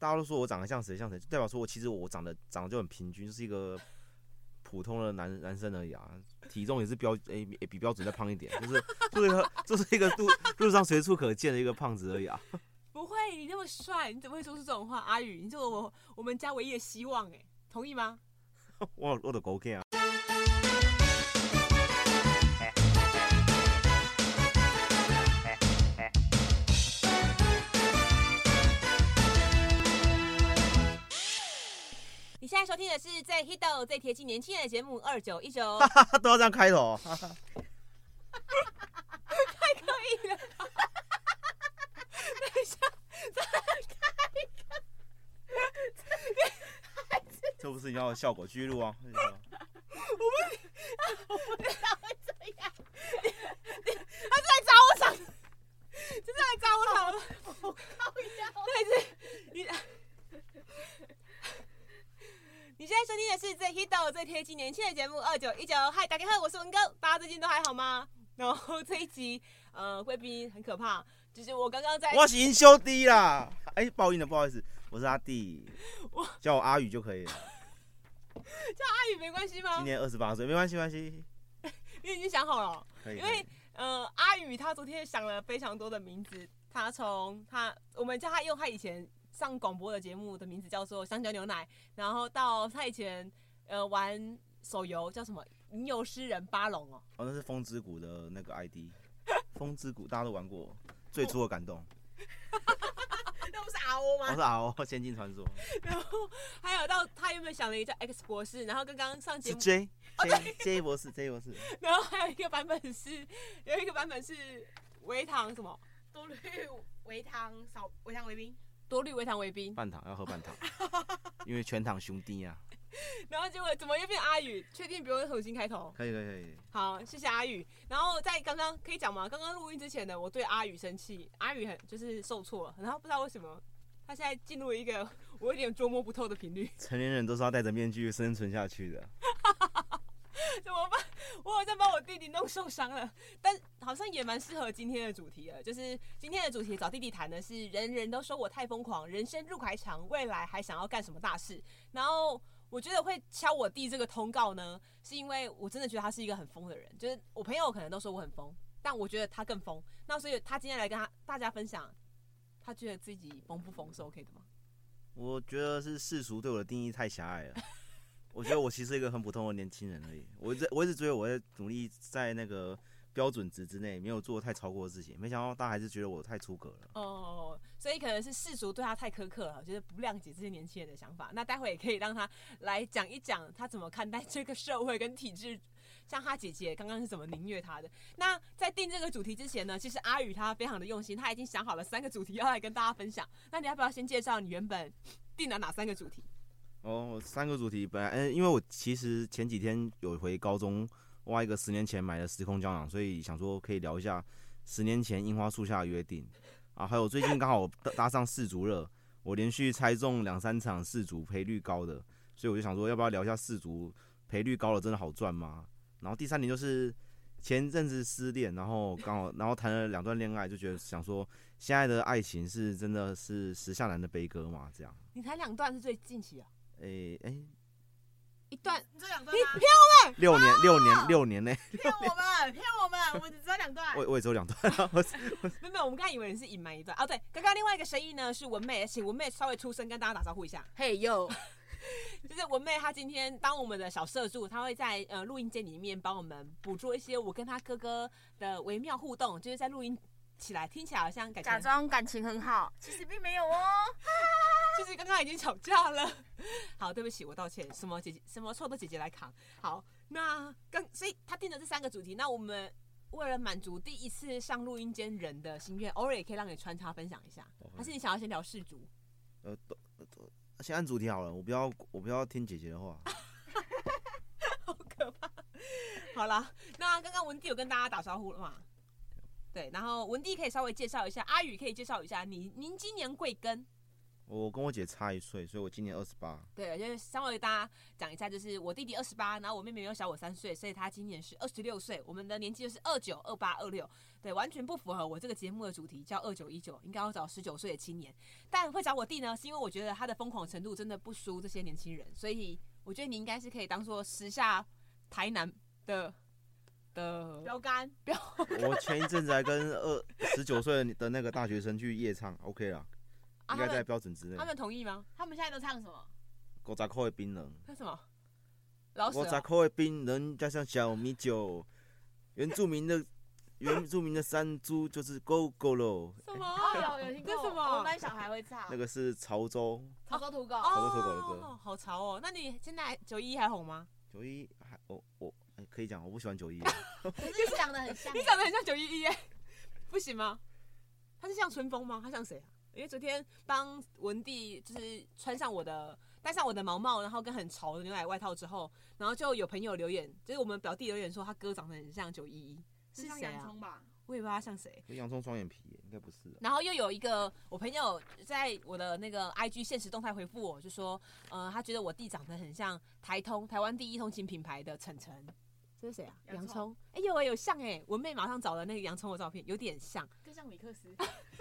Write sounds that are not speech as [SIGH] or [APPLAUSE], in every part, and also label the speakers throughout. Speaker 1: 大家都说我长得像谁像谁，就代表说我其实我长得长得就很平均，就是一个普通的男男生而已啊，体重也是标诶、比比标准再胖一点，就是就是 [LAUGHS] 一个就是一个路路上随处可见的一个胖子而已啊。
Speaker 2: 不会，你那么帅，你怎么会说出这种话？阿宇，你是我我们家唯一的希望，哎，同意吗？
Speaker 1: 我我的狗 K 啊， [LAUGHS]
Speaker 2: 你现在收听的是最 hit 的最贴近年轻人的节目二九一九，
Speaker 1: 他都要这样开头，哦
Speaker 2: 可以了。等一下，
Speaker 1: [LAUGHS] 这不是你要的效果，继续录啊。
Speaker 2: 他是来找我吵，真的来找我吵了。对，是你。你现在收听的是最 hit 最贴近年轻人的节目二九一九。嗨，大家好，我是文哥，大家最近都还好吗？然后这一集，呃，贵宾很可怕，就是我刚刚在
Speaker 1: [LAUGHS] 我是营修弟啦，哎、报应了，不好意思，我是阿弟
Speaker 2: 我，
Speaker 1: 叫我阿宇就可以了。
Speaker 2: 阿宇没关系吗
Speaker 1: 今？年二十八岁，没关系，没关系，
Speaker 2: 你已经想好了。
Speaker 1: 可以。
Speaker 2: 因
Speaker 1: 可以
Speaker 2: 为呃，阿宇他昨天想了非常多的名字，他从他我们叫他用他以前上广播的节目的名字叫做香蕉牛奶，然后到他以前呃玩手游叫什么吟游诗人巴龙哦，
Speaker 1: 哦，那是风之谷的那个 ID，风之谷大家都玩过，最初的感动，
Speaker 2: [LAUGHS] 那不是 RO
Speaker 1: 我哦是啊 RO [LAUGHS] 仙境传说，
Speaker 2: 然后还有到他原本想了一个叫哎 X 博士，然后刚刚上节
Speaker 1: 是
Speaker 2: 目，
Speaker 1: J J J 博士 J 博士，
Speaker 2: [LAUGHS] 然后还有一个版本是有一个版本是维糖什么
Speaker 3: 多虑维糖少维糖维冰，
Speaker 2: 多绿维糖维冰，
Speaker 1: 半糖要喝半 [LAUGHS] 糖，因为全糖兄弟啊，
Speaker 2: 然后结果怎么又变阿宇？确定不用重新开头？
Speaker 1: 可以可以可以，
Speaker 2: 好，谢谢阿宇。然后在刚刚可以讲吗？刚刚录音之前呢，我对阿宇生气，阿宇很就是受挫了，然后不知道为什么他现在进入一个 [LAUGHS] 我有点捉摸不透的频率，
Speaker 1: 成年人都是要戴着面具生存下去的，
Speaker 2: [LAUGHS] 怎么办？我好像把我弟弟弄受伤了，但好像也蛮适合今天的主题了。就是今天的主题找弟弟谈的是人人都说我太疯狂，人生路还长，未来还想要干什么大事？然后我觉得会敲我弟这个通告呢，是因为我真的觉得他是一个很疯的人，就是我朋友可能都说我很疯，但我觉得他更疯。那所以他今天来跟他大家分享，他觉得自己疯不疯是 OK 的吗？
Speaker 1: 我觉得是世俗对我的定义太狭隘 [LAUGHS] 了。我觉得我其实是一个很普通的年轻人而已，我一直我一直觉得我在努力在那个标准值之内，没有做太超过的事情，没想到大家还是觉得我太出格了。
Speaker 2: 哦，所以可能是世俗对他太苛刻了，就是不谅解这些年轻人的想法。那待会也可以让他来讲一讲他怎么看待这个社会跟体制，像他姐姐刚刚是怎么凌虐他的。那在定这个主题之前呢，其实阿宇他非常的用心，他已经想好了三个主题要来跟大家分享。那你要不要先介绍你原本定了哪三个主题？
Speaker 1: 哦，我三个主题本来，嗯、因为我其实前几天有回高中挖一个十年前买的时空胶囊，所以想说可以聊一下十年前樱花树下的约定啊，还有最近刚好搭搭上四足热，我连续猜中两三场四足赔率高的，所以我就想说要不要聊一下四足赔率高了真的好赚吗？然后第三点就是前阵子失恋，然后刚好然后谈了两段恋爱，就觉得想说现在的爱情是真的是时下男的悲歌嘛？这样，
Speaker 2: 你才两段是最近期啊，
Speaker 1: 诶、哎诶。
Speaker 2: 一段
Speaker 3: 你这两段
Speaker 2: 你
Speaker 3: 吗？
Speaker 2: 骗
Speaker 1: 六年，
Speaker 2: 啊
Speaker 1: 六年，六年内， [LAUGHS]
Speaker 3: 骗我们，骗我们，我们只知道两段。
Speaker 1: 我我也只有两段， [LAUGHS] 我
Speaker 2: 我，没有没有，我们刚才以为你是隐瞒一段啊。对，刚刚另外一个声音呢是文妹，请文妹稍微出声跟大家打招呼一下。
Speaker 3: 嘿哟，
Speaker 2: 就是文妹，她今天当我们的小社助，她会在呃录音间里面帮我们捕捉一些我跟她哥哥的微妙互动，就是在录音起来听起来好像感
Speaker 3: 假
Speaker 2: 觉
Speaker 3: 装感情很好，其实并没有哦。
Speaker 2: 就是刚刚已经吵架了。 [LAUGHS] 好，对不起，我道歉，什么姐姐什么错都姐姐来扛。好，那刚所以她定的这三个主题，那我们为了满足第一次上录音间人的心愿，偶尔也可以让你穿插分享一下，还是你想要先聊世足？
Speaker 1: 呃，都都先按主题好了，我不要，我不要听姐姐的话。
Speaker 2: 好可怕。好啦，那刚刚文弟有跟大家打招呼了嘛？对，然后文弟可以稍微介绍一下，阿宇可以介绍一下你，您今年贵庚？
Speaker 1: 我跟我姐差一岁，所以我今年二十
Speaker 2: [LAUGHS]
Speaker 1: 八。
Speaker 2: 对，就是稍微大家讲一下，就是我弟弟二十八，然后我妹妹又小我三岁，所以她今年是二十六岁，我们的年纪就是二九、二八、二六，对，完全不符合我这个节目的主题，叫二九一九，应该要找十九岁的青年。但会找我弟呢，是因为我觉得他的疯狂程度真的不输这些年轻人，所以我觉得你应该是可以当做时下台南的的
Speaker 3: 标杆，
Speaker 1: 我前一阵子还跟二十九岁的那个大学生去夜唱，OK 啦，
Speaker 2: 啊，
Speaker 1: 应
Speaker 2: 他
Speaker 1: 该在
Speaker 2: 们
Speaker 1: 标准之内
Speaker 2: 他。们同意吗？
Speaker 3: 他们现在都唱什么？
Speaker 1: 狗杂扣的冰冷，
Speaker 2: 那什么老舍
Speaker 1: 狗
Speaker 2: 哦、
Speaker 1: 杂扣的冰冷加上小米酒，原住民的原住民的山猪就是狗狗喽。
Speaker 2: 什
Speaker 1: 诶 [LAUGHS]
Speaker 2: 么？
Speaker 3: 哦，有有听
Speaker 2: 这
Speaker 3: 过，
Speaker 2: 什么
Speaker 3: 我们班小孩会唱
Speaker 2: 啊
Speaker 3: 哦
Speaker 1: 那，个是潮州
Speaker 3: 潮州土狗，
Speaker 1: 好多脱口的歌
Speaker 2: 哦，好潮哦！那你现在九一还红吗？
Speaker 1: 九一，还我我诶可以讲，我不喜欢
Speaker 2: [LAUGHS]
Speaker 1: 九一。
Speaker 3: 可是你长得很像，
Speaker 2: 你长得很像九一一耶， [LAUGHS] 不行吗？他是像春风吗？他像谁啊？因为昨天帮文帝就是穿上我的戴上我的毛毛，然后跟很潮的牛仔外套之后，然后就有朋友留言，就是我们表弟留言说他哥长得很像九一一，是
Speaker 3: 像
Speaker 2: 谁
Speaker 3: 洋
Speaker 2: 啊？
Speaker 3: 葱吧？
Speaker 2: 我也不知道他像谁。
Speaker 1: 可是洋葱双眼皮耶应该不是啊。
Speaker 2: 然后又有一个我朋友在我的那个 IG 现实动态回复我，就说，呃，他觉得我弟长得很像台通台湾第一通勤品牌的晨晨，这是谁啊？
Speaker 3: 洋
Speaker 2: 洋
Speaker 3: 葱
Speaker 2: 葱，哎、有哎、有像哎、文妹马上找了那个洋葱的照片，有点像，
Speaker 3: 更像米克斯，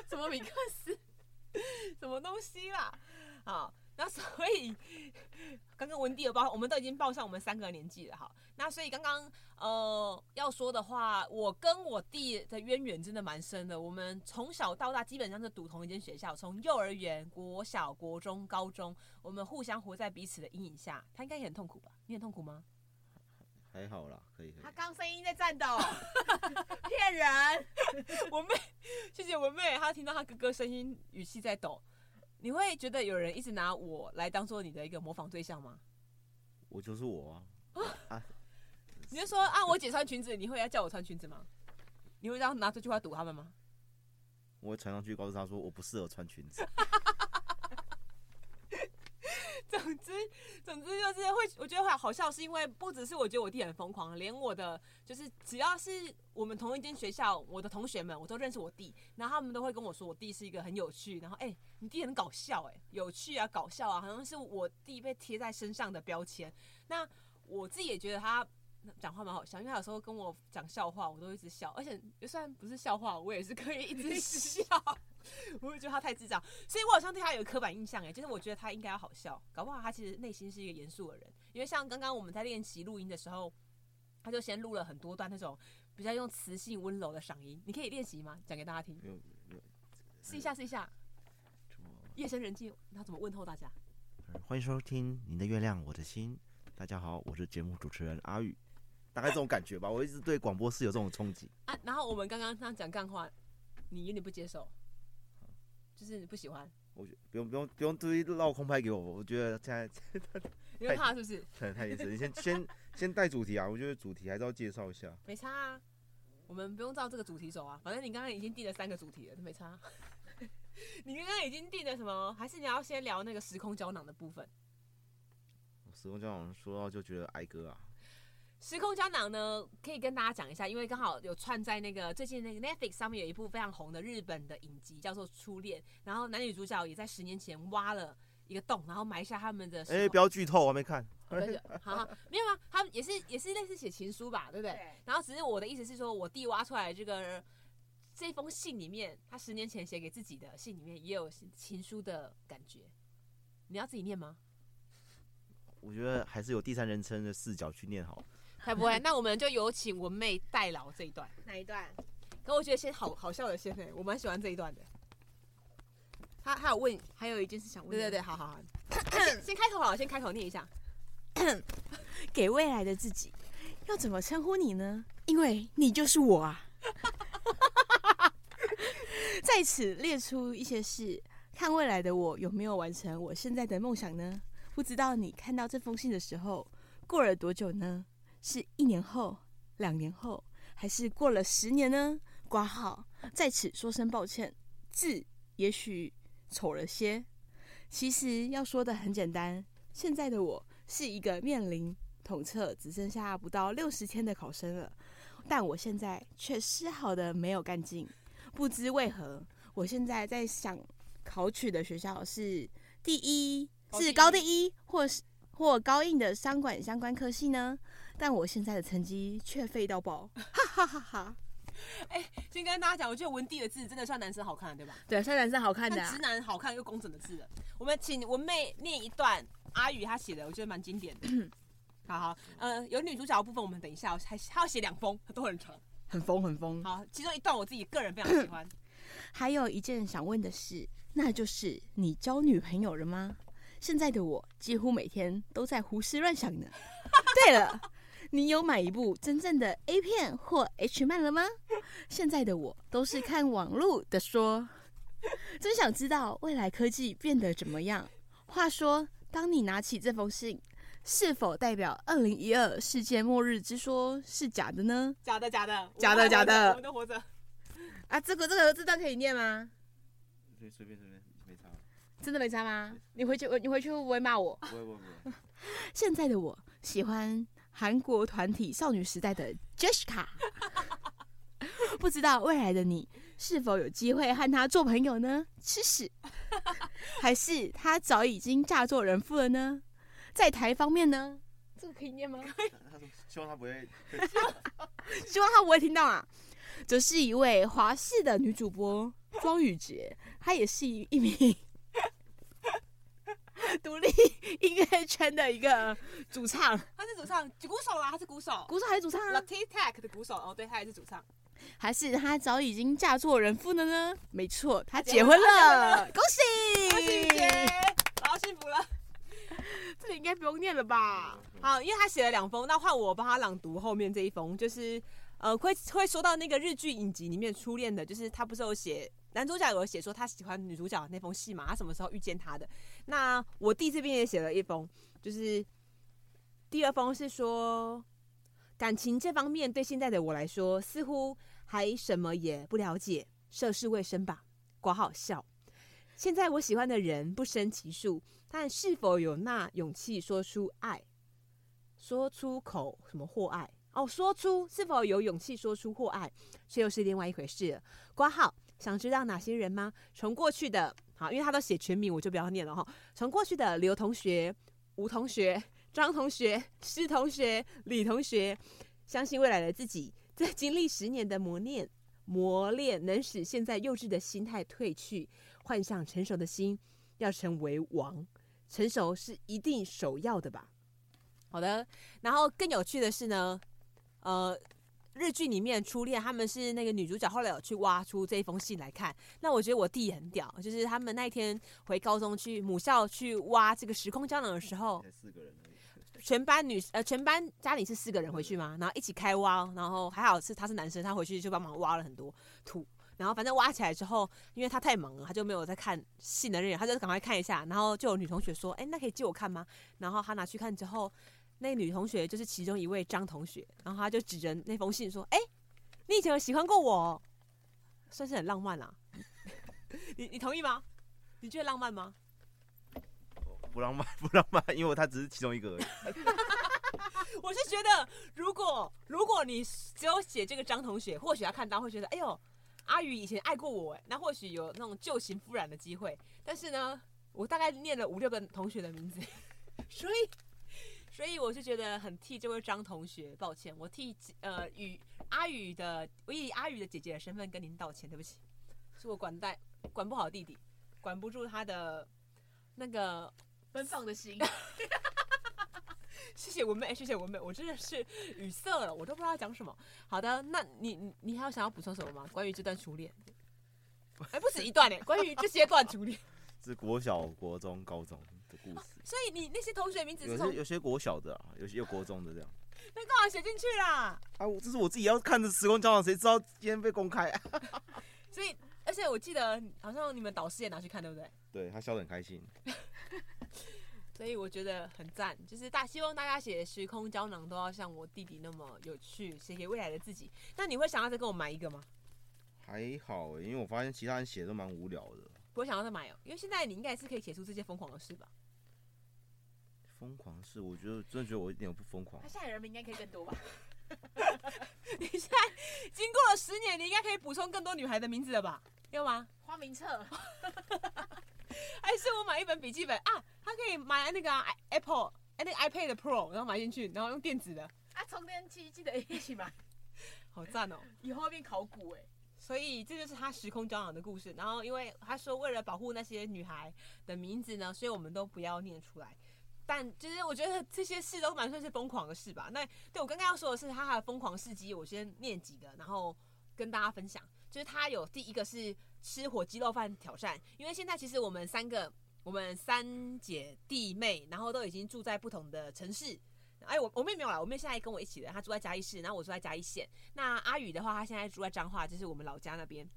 Speaker 2: 什么米克斯，什么东西啦？好，那所以刚刚文弟有报，我们都已经报上我们三个的年纪了哈。那所以刚刚呃要说的话，我跟我弟的渊源真的蛮深的。我们从小到大基本上是读同一间学校，从幼儿园、国小、国中、高中，我们互相活在彼此的阴影下。他应该也很痛苦吧？你很痛苦吗？
Speaker 1: 还好啦，可以可以
Speaker 3: 他。刚声音在颤抖，骗人，
Speaker 2: 我妹，谢谢我妹，她听到她哥哥声音语气在抖，你会觉得有人一直拿我来当做你的一个模仿对象吗？
Speaker 1: 我就是我啊。
Speaker 2: 你就说啊，我姐穿裙子，你会要叫我穿裙子吗？你会这样拿这句话堵他们吗？ [LAUGHS]
Speaker 1: 我会传上去告诉他说我不适合穿裙子。
Speaker 2: 总之，总之就是会，我觉得好好笑，是因为不只是我觉得我弟很疯狂，连我的就是只要是我们同一间学校，我的同学们我都认识我弟，然后他们都会跟我说我弟是一个很有趣，然后哎、你弟很搞笑哎、有趣啊，搞笑啊，好像是我弟被贴在身上的标签。那我自己也觉得他。讲话蛮好笑，因为他有时候跟我讲笑话，我都一直笑，而且就算不是笑话，我也是可以一直 [LAUGHS] 笑。我也觉得他太智障，所以我好像对他有刻板印象哎，就是我觉得他应该要好笑，搞不好他其实内心是一个严肃的人。因为像刚刚我们在练习录音的时候，他就先录了很多段那种比较用磁性温柔的嗓音，你可以练习吗？讲给大家听，
Speaker 1: 有有
Speaker 2: 试一下试一下。夜深人静，他怎么问候大家？
Speaker 1: 呃欢迎收听《您的月亮我的心》，大家好，我是节目主持人阿宇，大概这种感觉吧。我一直对广播室有这种冲击，
Speaker 2: 啊，然后我们刚刚这样讲干话，你有点不接受，就是你不喜欢，
Speaker 1: 我觉不用不用不用特意绕空拍给我，我觉得现在
Speaker 2: 你会怕是不是？
Speaker 1: 可能太严肃。你先先先带主题啊，我觉得主题还是要介绍一下。
Speaker 2: 没差啊，我们不用照这个主题走啊。反正你刚刚已经定了三个主题了，都没差。啊 [LAUGHS] 你刚刚已经定了什么？还是你要先聊那个时空胶囊的部分？
Speaker 1: 时空胶囊说到就觉得挨哥啊，
Speaker 2: 时空胶囊呢，可以跟大家讲一下，因为刚好有串在那个最近那个 Netflix 上面有一部非常红的日本的影集，叫做《初恋》，然后男女主角也在十年前挖了一个洞，然后埋下他们的时
Speaker 1: 哎、
Speaker 2: 空
Speaker 1: 不要剧透，我还没看。
Speaker 2: 不是好好，没有啊，他们也是也是类似写情书吧，对不对？
Speaker 3: 对
Speaker 2: 然后只是我的意思是说，我弟挖出来这个这封信里面，他十年前写给自己的信里面也有情书的感觉。你要自己念吗？
Speaker 1: 我觉得还是有第三人称的视角去念好。
Speaker 2: 才不会。那我们就有请文妹代劳这一段。
Speaker 3: 哪一段？
Speaker 2: 可我觉得先好好笑的先呢、我蛮喜欢这一段的。他还有问，
Speaker 3: 还有一件事想问，
Speaker 2: 对对对，好好好，先先开头好了，先开头念一下。
Speaker 4: 给未来的自己，要怎么称呼你呢？因为你就是我啊。在此列出一些事，看未来的我有没有完成我现在的梦想呢？不知道你看到这封信的时候，过了多久呢？是一年后、两年后，还是过了十年呢？挂号，在此说声抱歉，字也许丑了些。其实要说的很简单，现在的我是一个面临统测只剩下不到六十天的考生了，但我现在却丝毫的没有干劲。不知为何，我现在在想考取的学校是第一
Speaker 2: 高第
Speaker 4: 是
Speaker 2: 一
Speaker 4: 高第一或是或高应的商管相关科系呢，但我现在的成绩却废到爆，哈哈哈哈。
Speaker 2: 先跟大家讲，我觉得文帝的字真的算男生好看，对吧？
Speaker 4: 对，虽然是好看的、啊
Speaker 2: 但直男好看又工整的字了。我们请文妹念一段阿宇她写的，我觉得蛮经典的。
Speaker 4: 嗯
Speaker 2: 好好，呃，有女主角的部分，我们等一下，我还她要写两封，都很长。
Speaker 4: [LAUGHS] 很疯很疯。
Speaker 2: 好，其中一段我自己个人非常喜
Speaker 4: [LAUGHS]
Speaker 2: 欢。
Speaker 4: 还有一件想问的事，那就是你交女朋友了吗？现在的我几乎每天都在胡思乱想呢。 [LAUGHS] 对了，你有买一部真正的 A 片或 H 漫了吗？现在的我都是看网络的说，真想知道未来科技变得怎么样。话说，当你拿起这封信，是否代表二零一二世界末日之说是假的呢？
Speaker 2: 假的，假的，
Speaker 4: 假的
Speaker 2: 我们还活着
Speaker 4: 假的
Speaker 2: 我们都活着。
Speaker 4: 啊，这个这个这段可以念吗？
Speaker 1: 随随便随便没差，
Speaker 4: 真的没差吗？你回去，你回去会不会骂我？
Speaker 1: 不会不会不会。
Speaker 4: 现在的我喜欢韩国团体少女时代的 Jessica，不知道未来的你是否有机会和她做朋友呢？吃 [LAUGHS] 屎！还是她早已经嫁作人妇了呢？在台方面呢？这个可以念吗？
Speaker 1: 他说希望他不会
Speaker 4: 希望她不会听到啊。则是一位华视的女主播庄宇杰，她也是一名 [LAUGHS] 独立音乐圈的一个主唱，
Speaker 2: 他是主唱，鼓手啦，他是鼓手。
Speaker 4: 鼓手还是主唱啊？
Speaker 2: Lucky Tech 的鼓手，哦，对，他也是主唱。
Speaker 4: 还是她早已经嫁作人妇了呢？没错，她结婚了，恭喜！
Speaker 2: 恭喜姐，老幸福了。
Speaker 4: 这里应该不用念了吧？
Speaker 3: 嗯
Speaker 2: 好，因为他写了两封，那换我帮他朗读后面这一封，就是呃，会会说到那个日剧影集里面初恋的，就是他不是有写男主角有写说他喜欢女主角那封信嘛，他什么时候遇见她的？那我弟这边也写了一封，就是第二封是说感情这方面对现在的我来说，似乎还什么也不了解，涉世未深吧，挂号笑。现在我喜欢的人不胜其数，但是否有那勇气说出爱？说出口什么或爱哦，说出是否有勇气说出或爱，这又是另外一回事了。挂号，想知道哪些人吗？从过去的好，因为他都写全名，我就不要念了哈。从过去的刘同学、吴同学、张同学、施同学、李同学，相信未来的自己，在经历十年的磨练，磨练能使现在幼稚的心态褪去，换上成熟的心，要成为王。成熟是一定首要的吧？好的，然后更有趣的是呢，呃，日剧里面初恋他们是那个女主角后来有去挖出这一封信来看。那我觉得我弟也很屌，就是他们那一天回高中去母校去挖这个时空胶囊的时候，
Speaker 1: 才四个人而已，
Speaker 2: 全班女呃全班家里是四个人回去嘛，然后一起开挖哦，然后还好是他是男生，他回去就帮忙挖了很多土。然后反正挖起来之后，因为他太忙了，他就没有在看信的内容，他就赶快看一下。然后就有女同学说：“哎，那可以借我看吗？”然后他拿去看之后，那女同学就是其中一位张同学，然后他就指着那封信说：“哎，你以前有喜欢过我哦，算是很浪漫啦、你你同意吗？你觉得浪漫吗？
Speaker 1: 不浪漫 [LAUGHS] 不浪漫，因为他只是其中一个而已。
Speaker 2: 我是觉得，如果如果你只有写这个张同学，或许他看到会觉得，哎呦，阿宇以前爱过我，哎，那或许有那种旧情复燃的机会。但是呢，我大概念了五六个同学的名字， [LAUGHS] 所以所以我就觉得很替这位张同学抱歉，我替呃与阿宇的，我以阿宇的姐姐的身份跟您道歉，对不起，是我管带管不好弟弟，管不住他的那个
Speaker 3: 奔放的心，
Speaker 2: 谢谢文妹，谢谢文妹，我真的是语塞了，我都不知道讲什么。好的，那你你你还有想要补充什么吗？关于这段初恋？哎、不止一段呢，关于这些段初恋。
Speaker 1: 是国小、国中、高中的故事，
Speaker 2: 所以你那些同学名字
Speaker 1: 有
Speaker 2: 是
Speaker 1: 些
Speaker 2: 从
Speaker 1: 有些国小的、啊，有些有国中的这样。
Speaker 2: 那干嘛写进去啦？
Speaker 1: 啊，我这是我自己要看的时空胶囊，谁知道今天被公开、啊？
Speaker 2: 所以而且我记得好像你们导师也拿去看，对不对？
Speaker 1: 对他笑得很开心，
Speaker 2: 所以我觉得很赞，就是大希望大家写时空胶囊都要像我弟弟那么有趣，写给未来的自己。那你会想要再跟我买一个吗？
Speaker 1: 还好、欸，因为我发现其他人写都蛮无聊的。
Speaker 2: 不会想要再买哦，因为现在你应该也是可以写出这些疯狂的事吧？
Speaker 1: 疯狂是，我觉得真的觉得我一点都不疯狂
Speaker 3: 他，下的人名应该可以更多吧？
Speaker 2: 你现在经过了十年，你应该可以补充更多女孩的名字了吧？要吗？
Speaker 3: 花名册，
Speaker 2: 还哎是我买一本笔记本啊？它可以买那个啊 Apple 哎，那个 iPad Pro，然后买进去，然后用电子的，
Speaker 3: 啊，充电器记得一
Speaker 2: [LAUGHS]
Speaker 3: 起买，
Speaker 2: 好赞哦！
Speaker 3: 以后会变考古哎、
Speaker 2: 所以这就是他时空胶囊的故事。然后，因为他说为了保护那些女孩的名字呢，所以我们都不要念出来。但就是我觉得这些事都蛮算是疯狂的事吧。那对我刚刚要说的是他还有疯狂事迹，我先念几个，然后跟大家分享。就是他有第一个是吃火鸡肉饭挑战，因为现在其实我们三个，我们三姐弟妹，然后都已经住在不同的城市。哎，我我妹没有来，我妹现在跟我一起的，她住在嘉义市，然后我住在嘉义县。那阿宇的话，他现在住在彰化，就是我们老家那边。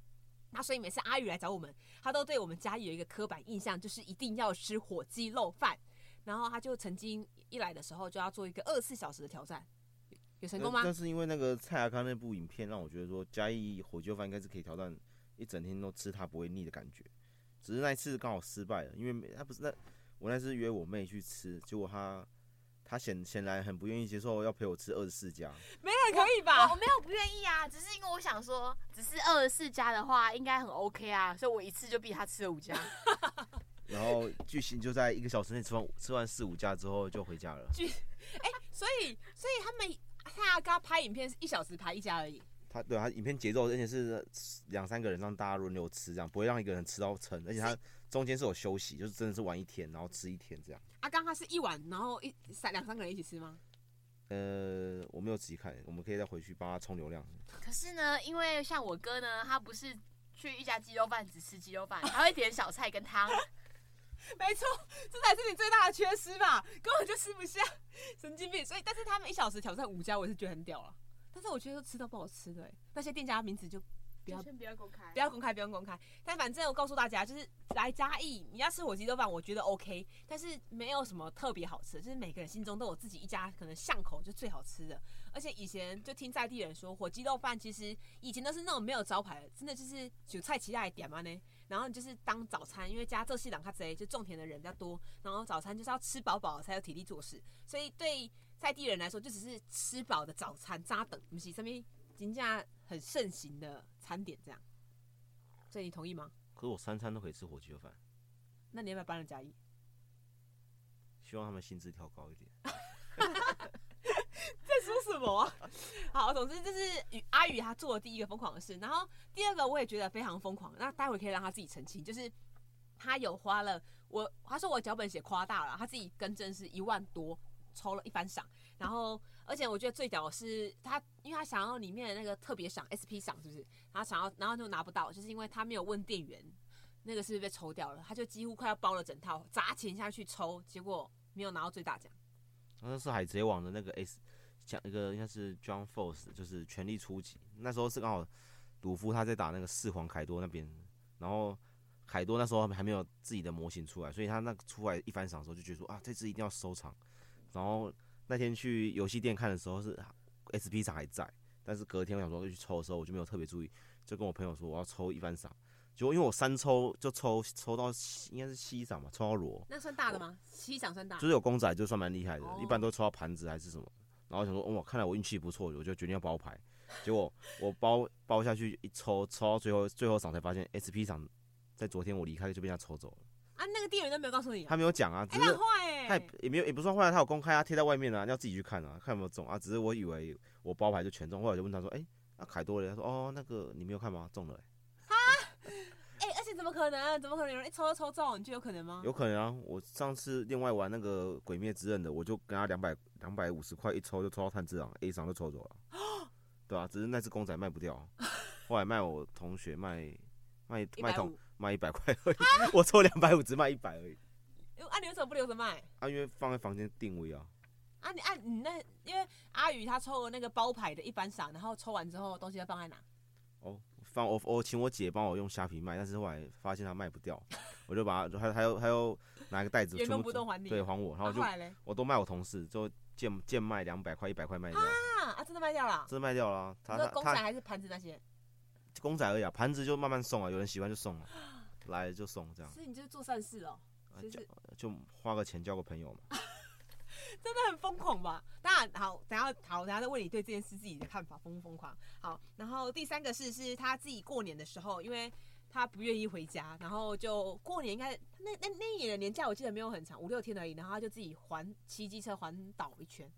Speaker 2: 那所以每次阿宇来找我们，他都对我们家有一个刻板印象，就是一定要吃火鸡肉饭。然后他就曾经一来的时候就要做一个二十四小时的挑战，有有成功吗？
Speaker 1: 但是因为那个蔡雅康那部影片，让我觉得说嘉义火鸡肉饭应该是可以挑战一整天都吃它不会腻的感觉。只是那一次刚好失败了，因为没他不是那我那次约我妹去吃，结果她她显显然很不愿意接受，要陪我吃二十四家。
Speaker 2: 没人可以
Speaker 3: 我
Speaker 2: 吧
Speaker 3: 我？没有不愿意啊，只是因为我想说，只是二十四家的话应该很 OK 啊，所以我一次就逼他吃了五家。
Speaker 1: 然后剧情就在一个小时内吃完吃完四五家之后就回家了。
Speaker 2: 所以所以他们他刚拍影片是一小时拍一家而已，
Speaker 1: 他对他影片节奏，而且是两三个人让大家轮流吃，这样不会让一个人吃到撑，而且他中间是有休息，就是真的是玩一天，然后吃一天这样。
Speaker 2: 阿刚他是一碗，然后一三两三个人一起吃吗？
Speaker 1: 呃，我没有仔细看，我们可以再回去帮他充流量。
Speaker 3: [LAUGHS] 可是呢，因为像我哥呢，他不是去一家鸡肉饭只吃鸡肉饭，他会点小菜跟
Speaker 4: [LAUGHS]
Speaker 3: 汤。
Speaker 2: 没错，这才是你最大的缺失 [LAUGHS] 吧，根本就吃不下，神经病。所以，但是他们一小时挑战五家，我也是觉得很屌了。但是我觉得吃到不好吃的、欸，那些店家名字就不要
Speaker 3: 先不要公开
Speaker 2: 不要公开，不用公开。但反正我告诉大家，就是来嘉义，你要吃火鸡肉饭，我觉得 OK，但是没有什么特别好吃，就是每个人心中都有自己一家可能巷口就最好吃的。而且以前就听在地人说，火鸡肉饭其实以前都是那种没有招牌的，真的就是韭菜期待点嘛呢。然后就是当早餐，因为加这西朗卡贼就种田的人比较多，然后早餐就是要吃饱饱才有体力做事，所以对在地人来说，就只是吃饱的早餐，扎等，不是上面评价很盛行的餐点这样。所以你同意吗？
Speaker 1: 可是我三餐都可以吃火鸡肉饭，
Speaker 2: 那你要不要搬了 [LAUGHS] 嘉义？
Speaker 1: 希望他们薪资调高一点。
Speaker 2: 在说什么啊、 [LAUGHS] 好，总之这是与阿宇他做的第一个疯狂的事，然后第二个我也觉得非常疯狂。那待会可以让他自己澄清，就是他有花了我，他说我脚本写夸大了，他自己更正是一万多，抽了一番赏。然后，而且我觉得最屌的是他，因为他想要里面的那个特别赏 SP 赏是不是？他想要，然后就拿不到，就是因为他没有问店员那个是不是被抽掉了，他就几乎快要包了整套，砸钱下去抽，结果没有拿到最大奖。
Speaker 1: 那是海贼王的那个 S，讲一个应该是 John Force，就是全力出击。那时候是刚好鲁夫他在打那个四皇凯多那边，然后凯多那时候还没有自己的模型出来，所以他那个出来一翻赏的时候就觉得说啊，这只一定要收藏。然后那天去游戏店看的时候是 SP 赏还在，但是隔天我想说去抽的时候我就没有特别注意，就跟我朋友说我要抽一番赏，结果因为我三抽就抽抽到应该是七赏吧，抽到罗。
Speaker 2: 那算大的吗？七赏算大
Speaker 1: 就是有公仔就算蛮厉害的
Speaker 2: 啊哦，
Speaker 1: 一般都抽到盘子还是什么。然后想说，哦，看来我运气不错，我就决定要包牌。结果我包包下去一抽，抽到最后最后赏才发现 SP 赏在昨天我离开就被人家抽走了。
Speaker 2: 啊！那个店员都没有告诉你、啊
Speaker 1: 他，没有讲啊，
Speaker 2: 哎、
Speaker 1: 只
Speaker 2: 那
Speaker 1: 是
Speaker 2: 很坏
Speaker 1: 他
Speaker 2: 哎、
Speaker 1: 也也没有也不算坏，他有公开啊，贴在外面啊，要自己去看啊，看有没有中啊。只是我以为我包牌就全中，后来我就问他说，哎、那凯多嘞？他说，哦，那个你没有看吗？中了、欸，
Speaker 2: 哎、而且怎么可能？怎么可能有人一哎抽就抽中？你觉得有可能吗？
Speaker 1: 有可能啊。我上次另外玩那个《鬼灭之刃》的，我就跟他两百两百五十块一抽就抽到炭治郎 A 赏就抽走了，
Speaker 2: [GASPS]
Speaker 1: 对啊，只是那只公仔卖不掉，啊后来卖我同学卖卖
Speaker 2: 一
Speaker 1: 卖
Speaker 2: 百
Speaker 1: 同
Speaker 2: 五，
Speaker 1: 卖一百块而已， [LAUGHS] 我抽两百五只卖一百而已，
Speaker 2: 啊，你为什么不留着卖？
Speaker 1: 啊，因为放在房间定位啊，
Speaker 2: 啊，你啊，你那因为阿宇他抽了那个包牌的一般赏，然后抽完之后东西要放在哪？
Speaker 1: 哦，放我我请我姐帮我用虾皮卖，但是后来发现她卖不掉，我就把它还有还有还有拿一个袋子
Speaker 2: 原
Speaker 1: 全
Speaker 2: 封
Speaker 1: 部
Speaker 2: 不动还你
Speaker 1: 对还我，然后
Speaker 2: 啊、
Speaker 1: 我就
Speaker 2: 后来嘞？
Speaker 1: 我都卖我同事，就贱贱卖两百块一百块卖掉，
Speaker 2: 啊啊，真的卖掉了啊？
Speaker 1: 真的卖掉了啊，
Speaker 2: 你
Speaker 1: 他
Speaker 2: 说
Speaker 1: 他
Speaker 2: 公
Speaker 1: 他
Speaker 2: 仔还是盘子那些？
Speaker 1: 公仔而已啊，盘子就慢慢送啊，有人喜欢就
Speaker 2: [GASPS]
Speaker 1: 送啊，来就送这样，
Speaker 2: 所以你就是做善事哦，
Speaker 1: 啊
Speaker 2: 就是
Speaker 1: 交就花个钱交个朋友嘛。
Speaker 2: 真的很疯狂吧？当然好，等一下好，我等一下再问你对这件事自己的看法疯不疯狂。好，然后第三个事是他自己过年的时候，因为他不愿意回家，然后就过年应该那那那一年的年假我记得没有很长，五六天而已，然后他就自己环骑机车环岛一圈，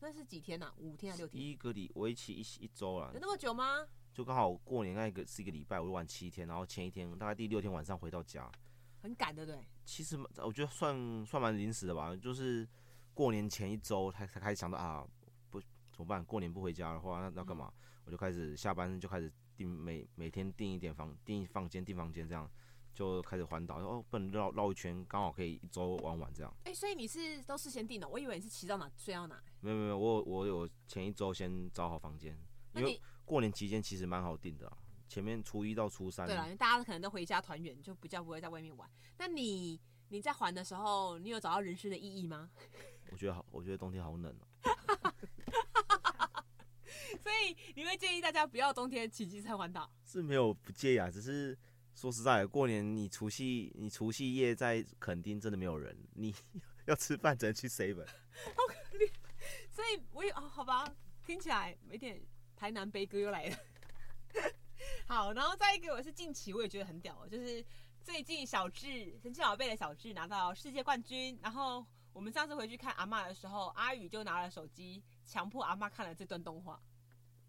Speaker 2: 那是几天呐、啊？五天还是六天？
Speaker 1: 一个礼为期一一周啦
Speaker 2: 有，那么久吗？
Speaker 1: 就刚好过年那一个是一个礼拜，我就玩七天，然后前一天大概第六天晚上回到家，
Speaker 2: 很赶，对不对？
Speaker 1: 其实蛮我觉得算算蛮临时的吧，就是过年前一周才才开始想到啊，不怎么办？过年不回家的话，那要干
Speaker 2: 嗯
Speaker 1: 嘛？我就开始下班就开始订每每天订一点房订房间订房间这样，就开始环岛，哦，不能绕绕一圈，刚好可以一周玩完这样。
Speaker 2: 哎、所以你是都事先定的，我以为你是骑到哪睡到哪。
Speaker 1: 没有没有，我有我有前一周先找好房间，
Speaker 2: 那
Speaker 1: 因为
Speaker 2: 你
Speaker 1: 过年期间其实蛮好定的啦，啊前面初一到初三
Speaker 2: 对，了，因为大家可能都回家团圆，就比较不会在外面玩。那你你在还的时候，你有找到人生的意义吗？
Speaker 1: 我觉得好，我觉得冬天好冷哦、
Speaker 2: 所以你会建议大家不要冬天骑机车环岛？
Speaker 1: 是没有不介意啊，只是说实在的，过年你除夕你除夕夜在垦丁真的没有人，你 [LAUGHS] 要吃饭只能去
Speaker 2: [LAUGHS]
Speaker 1: seven，
Speaker 2: 所以我也哦，好吧，听起来有点台南悲歌又来了。 [LAUGHS] 好，然后再一个我是近期我也觉得很屌哦，就是最近小智神奇宝贝的小智拿到世界冠军，然后我们上次回去看阿嬷的时候，阿宇就拿了手机强迫阿嬷看了这段动画，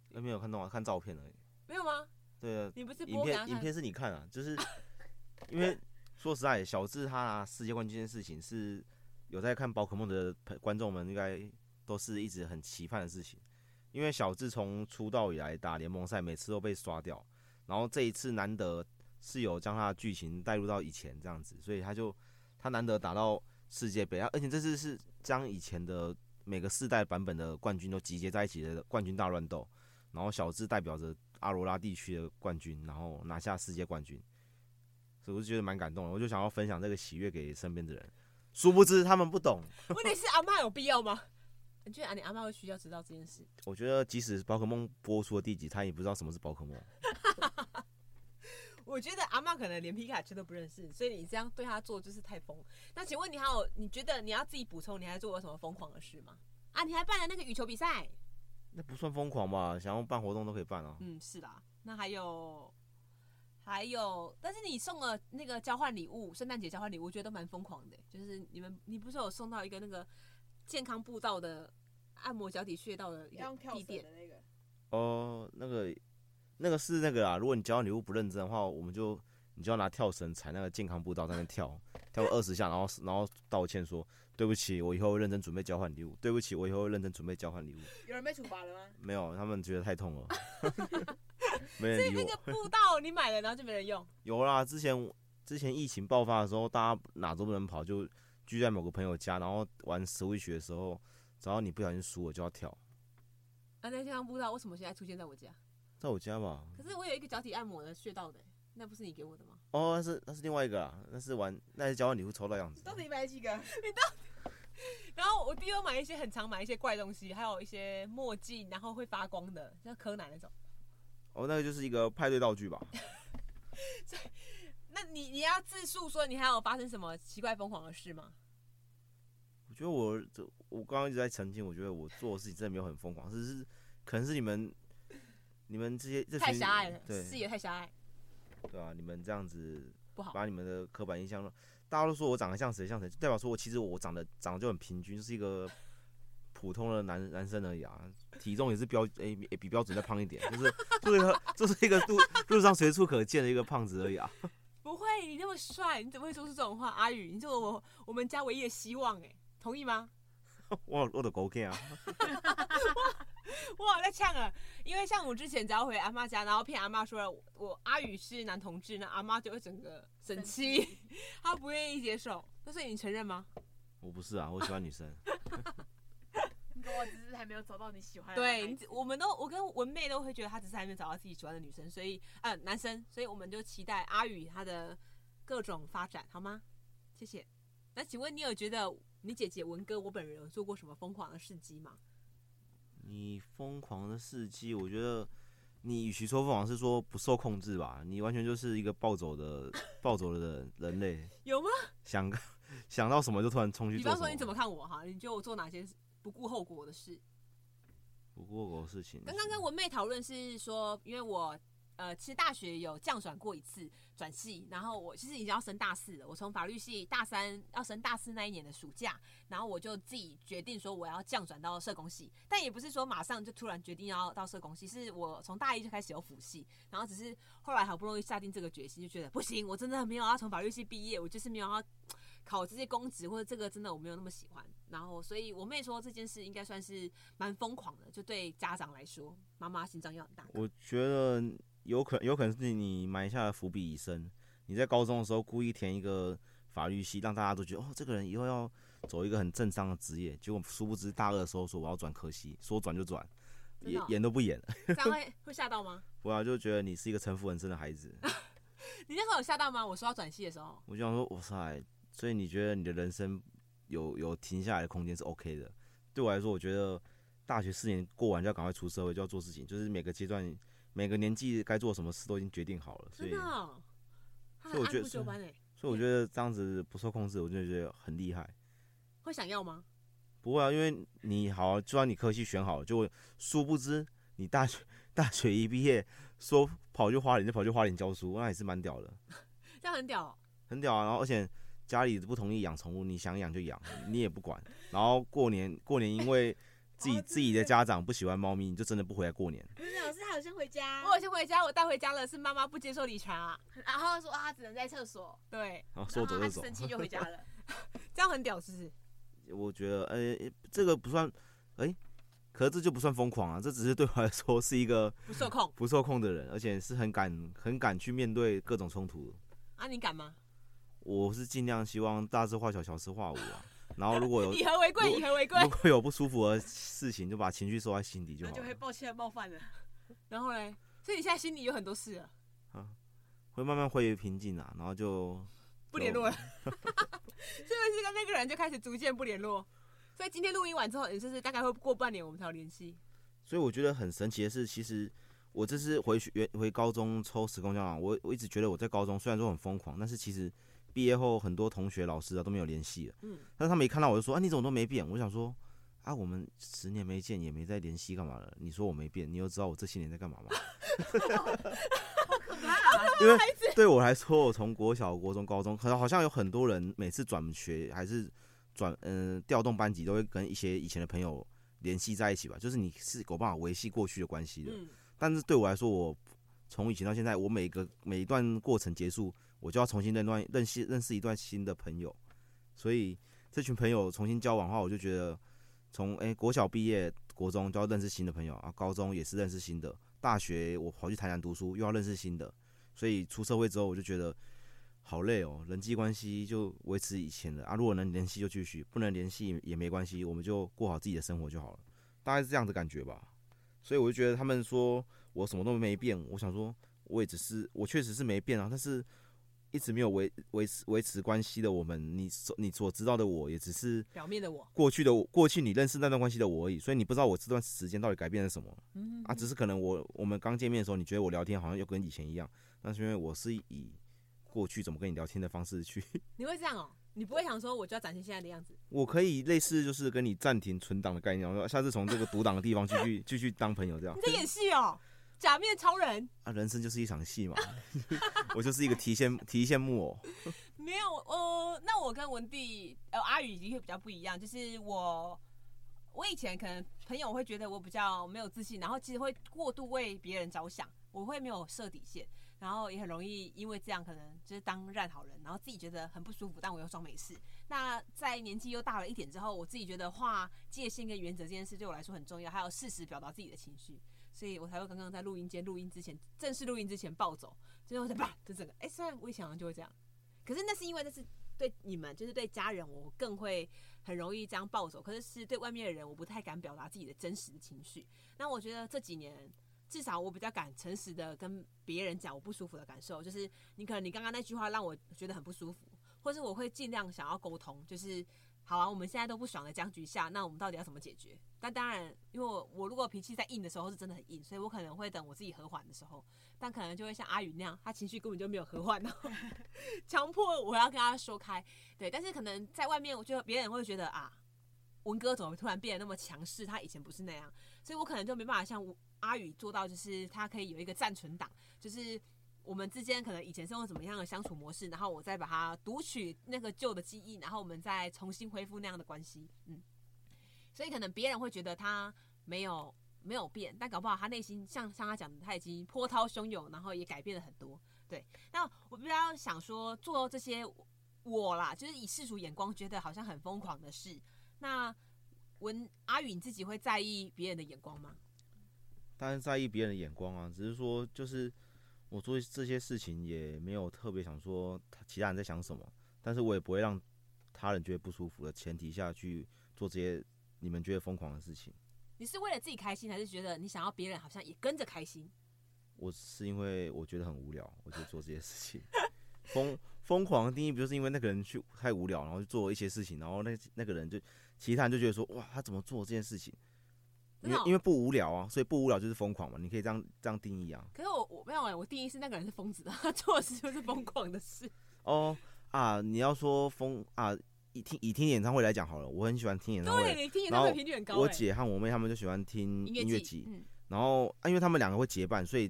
Speaker 1: 那哎没有看动画，看照片而已。
Speaker 2: 没有吗？
Speaker 1: 对啊，
Speaker 2: 你不是
Speaker 1: 影
Speaker 2: 播给他
Speaker 1: 片影
Speaker 2: 看？
Speaker 1: 片是你看啊，就是
Speaker 2: [LAUGHS]
Speaker 1: 因为说实在的，小智他拿世界冠军这件事情是有在看宝可梦的朋观众们应该都是一直很期盼的事情，因为小智从出道以来打联盟赛每次都被刷掉，然后这一次难得是有将他的剧情带入到以前这样子，所以他就他难得打到世界杯，啊而且这次是将以前的每个世代版本的冠军都集结在一起的冠军大乱斗，然后小智代表着阿罗拉地区的冠军，然后拿下世界冠军，所以我就觉得蛮感动的，我就想要分享这个喜悦给身边的人。殊不知他们不懂，
Speaker 2: 问题是阿嬷有必要吗？你觉得你阿嬷会需要知道这件事？
Speaker 1: 我觉得即使宝可梦播出的第几，他也不知道什么是宝可梦。
Speaker 2: 我觉得阿嬷可能连皮卡丘都不认识，所以你这样对她做就是太疯。那请问你还有你觉得你要自己补充，你还做过什么疯狂的事吗？啊，你还办了那个羽球比赛？
Speaker 1: 那不算疯狂吧？想要办活动都可以办啊。
Speaker 2: 嗯，是啦。那还有还有，但是你送了那个交换礼物，圣诞节交换礼物，我觉得都蛮疯狂的。就是你们，你不是有送到一个那个健康步道的按摩脚底穴道的一
Speaker 5: 要
Speaker 2: 个
Speaker 5: 用跳
Speaker 2: 地
Speaker 5: 绳
Speaker 2: 点？
Speaker 5: 的那个，
Speaker 1: 哦，那个那个是那个啊啦。如果你交换礼物不认真的话，我们就你就要拿跳绳踩那个健康步道在那跳，跳二十下，然后然后道歉说对不起，我以后会认真准备交换礼物。对不起，我以后会认真准备交换礼物。
Speaker 5: 有人被处罚了吗？
Speaker 1: 没有，他们觉得太痛
Speaker 2: [LAUGHS]
Speaker 1: 了，没人理
Speaker 2: 那
Speaker 1: 我
Speaker 2: 个。步道你买了，然后就没人用。
Speaker 1: 有啦，之前之前疫情爆发的时候，大家哪都不能跑，就聚在某个朋友家，然后玩 Switch 的时候，只要你不小心输了就要跳，
Speaker 2: 啊，那健康步道为什么现在出现在我家？
Speaker 1: 在我家吧。
Speaker 2: 可是我有一个脚底按摩的穴道的、那不是你给我的吗？
Speaker 1: 哦，那是那是另外一个啦，那是玩那是交换礼物抽到样子
Speaker 2: [LAUGHS]
Speaker 5: 你。到底买了几个？
Speaker 2: 然后我弟又买一些很常买一些怪东西，还有一些墨镜，然后会发光的，像柯南那种。
Speaker 1: 哦，那个就是一个派对道具吧。
Speaker 2: 那你你要自述说你还有发生什么奇怪疯狂的事吗？
Speaker 1: 我觉得我这我刚刚一直在澄清，我觉得我做的事情真的没有很疯狂，只是可能是你们你们这些这
Speaker 2: 太
Speaker 1: 群
Speaker 2: 狭隘了，视
Speaker 1: 对
Speaker 2: 野太狭隘，
Speaker 1: 对啊，你们这样子
Speaker 2: 不好。
Speaker 1: 把你们的刻板印象，大家都说我长得像谁像谁，就代表说我其实我长得长得就很平均，就是一个普通的男男生而已啊，体重也是标诶、诶比标准再胖一点，就是就是一 [LAUGHS] 个就是一个路路上随处可见的一个胖子而已啊。
Speaker 2: 不会，你那么帅，你怎么会说出这种话？阿宇，你是我我们家唯一的希望哎，同意吗？ [LAUGHS]
Speaker 1: 我我的狗 K 啊，
Speaker 2: 我好在呛了，因为像我之前只要回阿妈家，然后骗阿妈说了我我阿宇是男同志，那阿妈就会整个生气， [LAUGHS] 她不愿意接受。那所以你承认吗？
Speaker 1: 我不是啊，我喜欢女生。 [LAUGHS]
Speaker 3: 你跟我只是还没有找到你喜欢的男
Speaker 2: 对，
Speaker 3: 孩
Speaker 2: 你
Speaker 3: 子。
Speaker 2: 只我们都我跟文妹都会觉得她只是还没有找到自己喜欢的女生，所以呃男生，所以我们就期待阿宇他的各种发展，好吗？谢谢。那请问你有觉得你姐姐文哥我本人有做过什么疯狂的事迹吗？
Speaker 1: 你疯狂的事迹，我觉得你与其说疯狂，是说不受控制吧，你完全就是一个暴走的暴走的人类，
Speaker 2: 有吗？
Speaker 1: 想 [LAUGHS] 想到什么就突然冲去
Speaker 2: 比
Speaker 1: 做
Speaker 2: 方
Speaker 1: 什
Speaker 2: 说你怎么看我哈？你觉得我做哪些不顾后果的事？
Speaker 1: 不过我的事情，
Speaker 2: 刚刚跟文妹讨论是说，因为我呃，其实大学有降转过一次转系，然后我其实已经要升大四了，我从法律系大三要升大四那一年的暑假，然后我就自己决定说我要降转到社工系，但也不是说马上就突然决定要到社工系，是我从大一就开始有辅系，然后只是后来好不容易下定这个决心，就觉得不行，我真的没有要从法律系毕业，我就是没有要考这些公职或者这个真的我没有那么喜欢。然后，所以我妹说这件事应该算是蛮疯狂的，就对家长来说，妈妈心脏要很大。
Speaker 1: 我觉得有可有可能是你埋下了伏笔已深，你在高中的时候故意填一个法律系，让大家都觉得哦，这个人以后要走一个很正当的职业，结果殊不知大二的时候说我要转科系，说转就转，
Speaker 2: 真的
Speaker 1: 演
Speaker 2: 哦
Speaker 1: 演都不演， [LAUGHS]
Speaker 2: 这样会会吓到吗？
Speaker 1: 我啊就觉得你是一个城府很深的孩子，
Speaker 2: 你那时候有吓到吗？我说要转系的时候，
Speaker 1: 我就想说，哇塞，所以你觉得你的人生有有停下来的空间是 OK 的？对我来说，我觉得大学四年过完就要赶快出社会，就要做事情，就是每个阶段、每个年纪该做什么事都已经决定好了，所
Speaker 2: 真
Speaker 1: 以
Speaker 2: 的、哦，他
Speaker 1: 所以
Speaker 2: 很
Speaker 1: 我觉
Speaker 2: 按
Speaker 1: 得
Speaker 2: 部就班哎，
Speaker 1: 所以我觉得这样子不受控制，我就觉得很厉害。
Speaker 2: 会想要吗？
Speaker 1: 不会啊，因为你好，就算你科系选好了，就殊不知你大学 [LAUGHS] 大学一毕业，说跑去花莲就跑去花莲教书，那也是蛮屌的，
Speaker 2: 这样很屌哦、
Speaker 1: 很屌啊。然后而且家里不同意养宠物，你想养就养，你也不管。然后过年过年
Speaker 5: [LAUGHS]
Speaker 1: 因为自
Speaker 5: 哦
Speaker 1: 己自己的家长不喜欢猫咪，你就真的不回来过年。
Speaker 3: 老师好像回
Speaker 4: 啊
Speaker 3: 家
Speaker 2: 我有先回家，我带回家了，是妈妈不接受理财啊。
Speaker 3: 然后说啊，只能在厕所，
Speaker 2: 对，
Speaker 1: 然后说走
Speaker 3: 然后
Speaker 5: 啊
Speaker 1: 就
Speaker 3: 他
Speaker 1: 走，
Speaker 3: 生气就回家了。
Speaker 2: 这样很屌是不是？
Speaker 1: 我觉得，呃、这个不算，哎、可是这就不算疯狂啊，这只是对我来说是一个
Speaker 2: 不受控
Speaker 1: 不受控的人，而且是很敢很敢去面对各种冲突的。
Speaker 2: 啊？你敢吗？
Speaker 1: 我是尽量希望大事化小，小事化无啊。然后如
Speaker 5: [LAUGHS]
Speaker 1: 果有
Speaker 2: 以和为贵，
Speaker 1: 如
Speaker 2: 以和为贵。
Speaker 1: 如果有不舒服的事情，就把情绪收在心 [LAUGHS] 底就
Speaker 5: 那
Speaker 1: 好
Speaker 5: 就会
Speaker 1: 了，
Speaker 5: 抱歉地冒犯了。
Speaker 2: 然后嘞，所以你现在心里有很多事啊了，
Speaker 1: 啊会慢慢会平静啊。然后就
Speaker 2: 不联络了， [LAUGHS] 是不是跟那个人就开始逐渐不联络？所以今天录音完之后，也就是大概会过半年我们才有联系。
Speaker 1: 所以我觉得很神奇的是，其实我这次回学原回高中抽时空胶囊，我我一直觉得我在高中虽然说很疯狂，但是其实毕业后很多同学老师啊都没有联系了。
Speaker 2: 嗯，
Speaker 1: 但是他们一看到我就说啊你怎么都没变？我想说啊我们十年没见也没再联系干嘛了？你说我没变，你又知道我这些年在干嘛吗？ [LAUGHS] 因为对我来说，我从国小、国中、高中，可好像有很多人每次转学还是转嗯调动班级，都会跟一些以前的朋友联系在一起吧。就是你是有办法维系过去的关系的。
Speaker 2: 嗯，
Speaker 1: 但是对我来说，我从以前到现在，我每个每一段过程结束，我就要重新认段认识认识一段新的朋友，所以这群朋友重新交往的话，我就觉得从诶、国小毕业，国中就要认识新的朋友啊，高中也是认识新的，大学我跑去台南读书又要认识新的，所以出社会之后我就觉得。好累哦，人际关系就维持以前的啊。如果能联系就继续，不能联系也没关系，我们就过好自己的生活就好了，大概是这样的感觉吧。所以我就觉得他们说我什么都没变，我想说，我也只是我确实是没变啊，但是一直没有维维持维持关系的我们，你所你所知道的我也只是
Speaker 2: 表面的我，
Speaker 1: 过去的我过去你认识那段关系的我而已，所以你不知道我这段时间到底改变了什么
Speaker 2: 嗯
Speaker 1: 啊，只是可能我我们刚见面的时候，你觉得我聊天好像又跟以前一样，那是因为我是以过去怎么跟你聊天的方式去， [LAUGHS]
Speaker 2: 你会这样哦？你不会想说我就要展现现在的样子？
Speaker 1: 我可以类似就是跟你暂停存档的概念，然后下次从这个读档的地方继续继续当朋友这样
Speaker 2: 你在演戏哦，假面超人。
Speaker 1: 啊，人生就是一场戏嘛， [LAUGHS] 我就是一个提线提线木偶。
Speaker 2: 没有，呃，那我跟文弟呃阿宇的确比较不一样，就是我我以前可能朋友会觉得我比较没有自信，然后其实会过度为别人着想，我会没有设底线，然后也很容易因为这样可能就是当烂好人，然后自己觉得很不舒服，但我又装没事。那在年纪又大了一点之后，我自己觉得划界限跟原则这件事对我来说很重要，还有适时表达自己的情绪。所以我才会刚刚在录音间录音之前，正式录音之前暴走， [LAUGHS] 就是我就啪，就整个，哎、虽然我以前好像就会这样，可是那是因为那是对你们，就是对家人，我更会很容易这样暴走。可是是对外面的人，我不太敢表达自己的真实的情绪。那我觉得这几年，至少我比较敢诚实的跟别人讲我不舒服的感受，就是你可能你刚刚那句话让我觉得很不舒服，或是我会尽量想要沟通，就是。好啊，我们现在都不爽的僵局下，那我们到底要怎么解决？但当然，因为我我如果脾气在硬的时候是真的很硬，所以我可能会等我自己和缓的时候，但可能就会像阿宇那样，他情绪根本就没有和缓，然啊后强迫我要跟他说开，对，但是可能在外面，我觉得别人会觉得啊，文哥怎么突然变得那么强势？他以前不是那样，所以我可能就没办法像文阿宇做到，就是他可以有一个暂存档，就是我们之间可能以前是用怎么样的相处模式，然后我再把它读取那个旧的记忆，然后我们再重新恢复那样的关系。嗯，所以可能别人会觉得他没有没有变，但搞不好他内心像像他讲的，他已经波涛汹涌，然后也改变了很多。对，那我比较想说做这些我啦，就是以世俗眼光觉得好像很疯狂的事，那。文阿宇，你自己会在意别人的眼光吗？
Speaker 1: 当然在意别人的眼光啊，只是说就是我做这些事情也没有特别想说他其他人在想什么，但是我也不会让他人觉得不舒服的前提下去做这些你们觉得疯狂的事情。
Speaker 2: 你是为了自己开心，还是觉得你想要别人好像也跟着开心？
Speaker 1: 我是因为我觉得很无聊，我就做这些事情。 [LAUGHS] 疯疯狂的定义不就是因为那个人去太无聊，然后就做一些事情，然后那那个人就其他人就觉得说哇他怎么做这件事情？因为
Speaker 2: 真的哦
Speaker 1: 因为不无聊啊，所以不无聊就是疯狂嘛，你可以这样这样定义啊。
Speaker 2: 可是我我没有哎、我定义是那个人是疯子，他做的 [LAUGHS] 事就是疯狂的事。
Speaker 1: 哦啊，你要说疯啊，以听以听演唱会来讲好了，我很喜欢听演唱
Speaker 2: 对，
Speaker 1: 会。
Speaker 2: 你听演唱会
Speaker 1: [LAUGHS] 然后
Speaker 2: 频率很高、欸。
Speaker 1: 我姐和我妹她们就喜欢听音乐
Speaker 2: 季
Speaker 1: 季，，
Speaker 2: 嗯，
Speaker 1: 然后啊，因为他们两个会结伴，所以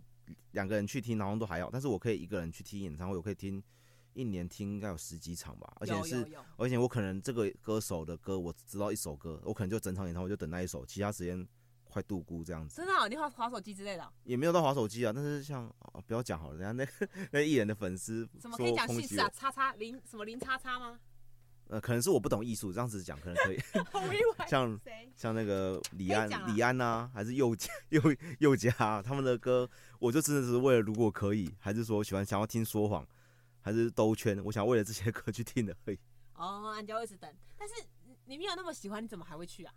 Speaker 1: 两个人去听，然后都还好。但是我可以一个人去听演唱会，我可以听一年听应该有十几场吧，而且
Speaker 2: 有
Speaker 1: 是
Speaker 2: 有有，
Speaker 1: 而且我可能这个歌手的歌我只知道一首歌，我可能就整场演唱会就等那一首，其他时间快度孤这样子，
Speaker 2: 真的、哦，你划划手机之类的哦、
Speaker 1: 也没有到划手机啊。但是像、啊不要讲好了，人家那个 [LAUGHS] 那艺人的粉丝
Speaker 2: 怎么可以
Speaker 1: 说哦
Speaker 2: 讲
Speaker 1: 抨
Speaker 2: 姓
Speaker 1: 击
Speaker 2: 氏
Speaker 1: 我
Speaker 2: 啊？，叉叉零什么零叉叉吗？ [LAUGHS]
Speaker 1: 呃，可能是我不懂艺术，这样子讲可能可以，
Speaker 2: 我以为
Speaker 1: 像
Speaker 2: 谁？
Speaker 1: 像那个李
Speaker 2: 可以
Speaker 1: 安
Speaker 2: 讲啊、
Speaker 1: 李安呐、还是佑嘉、 [LAUGHS] 佑佑嘉啊、他们的歌，我就真的是为了如果可以，还是说我喜欢想要听说谎，还是兜圈，我想为了这些歌去听的而已。
Speaker 2: 哦，啊你就要一直等。但是你你没有那么喜欢，你怎么还会去啊？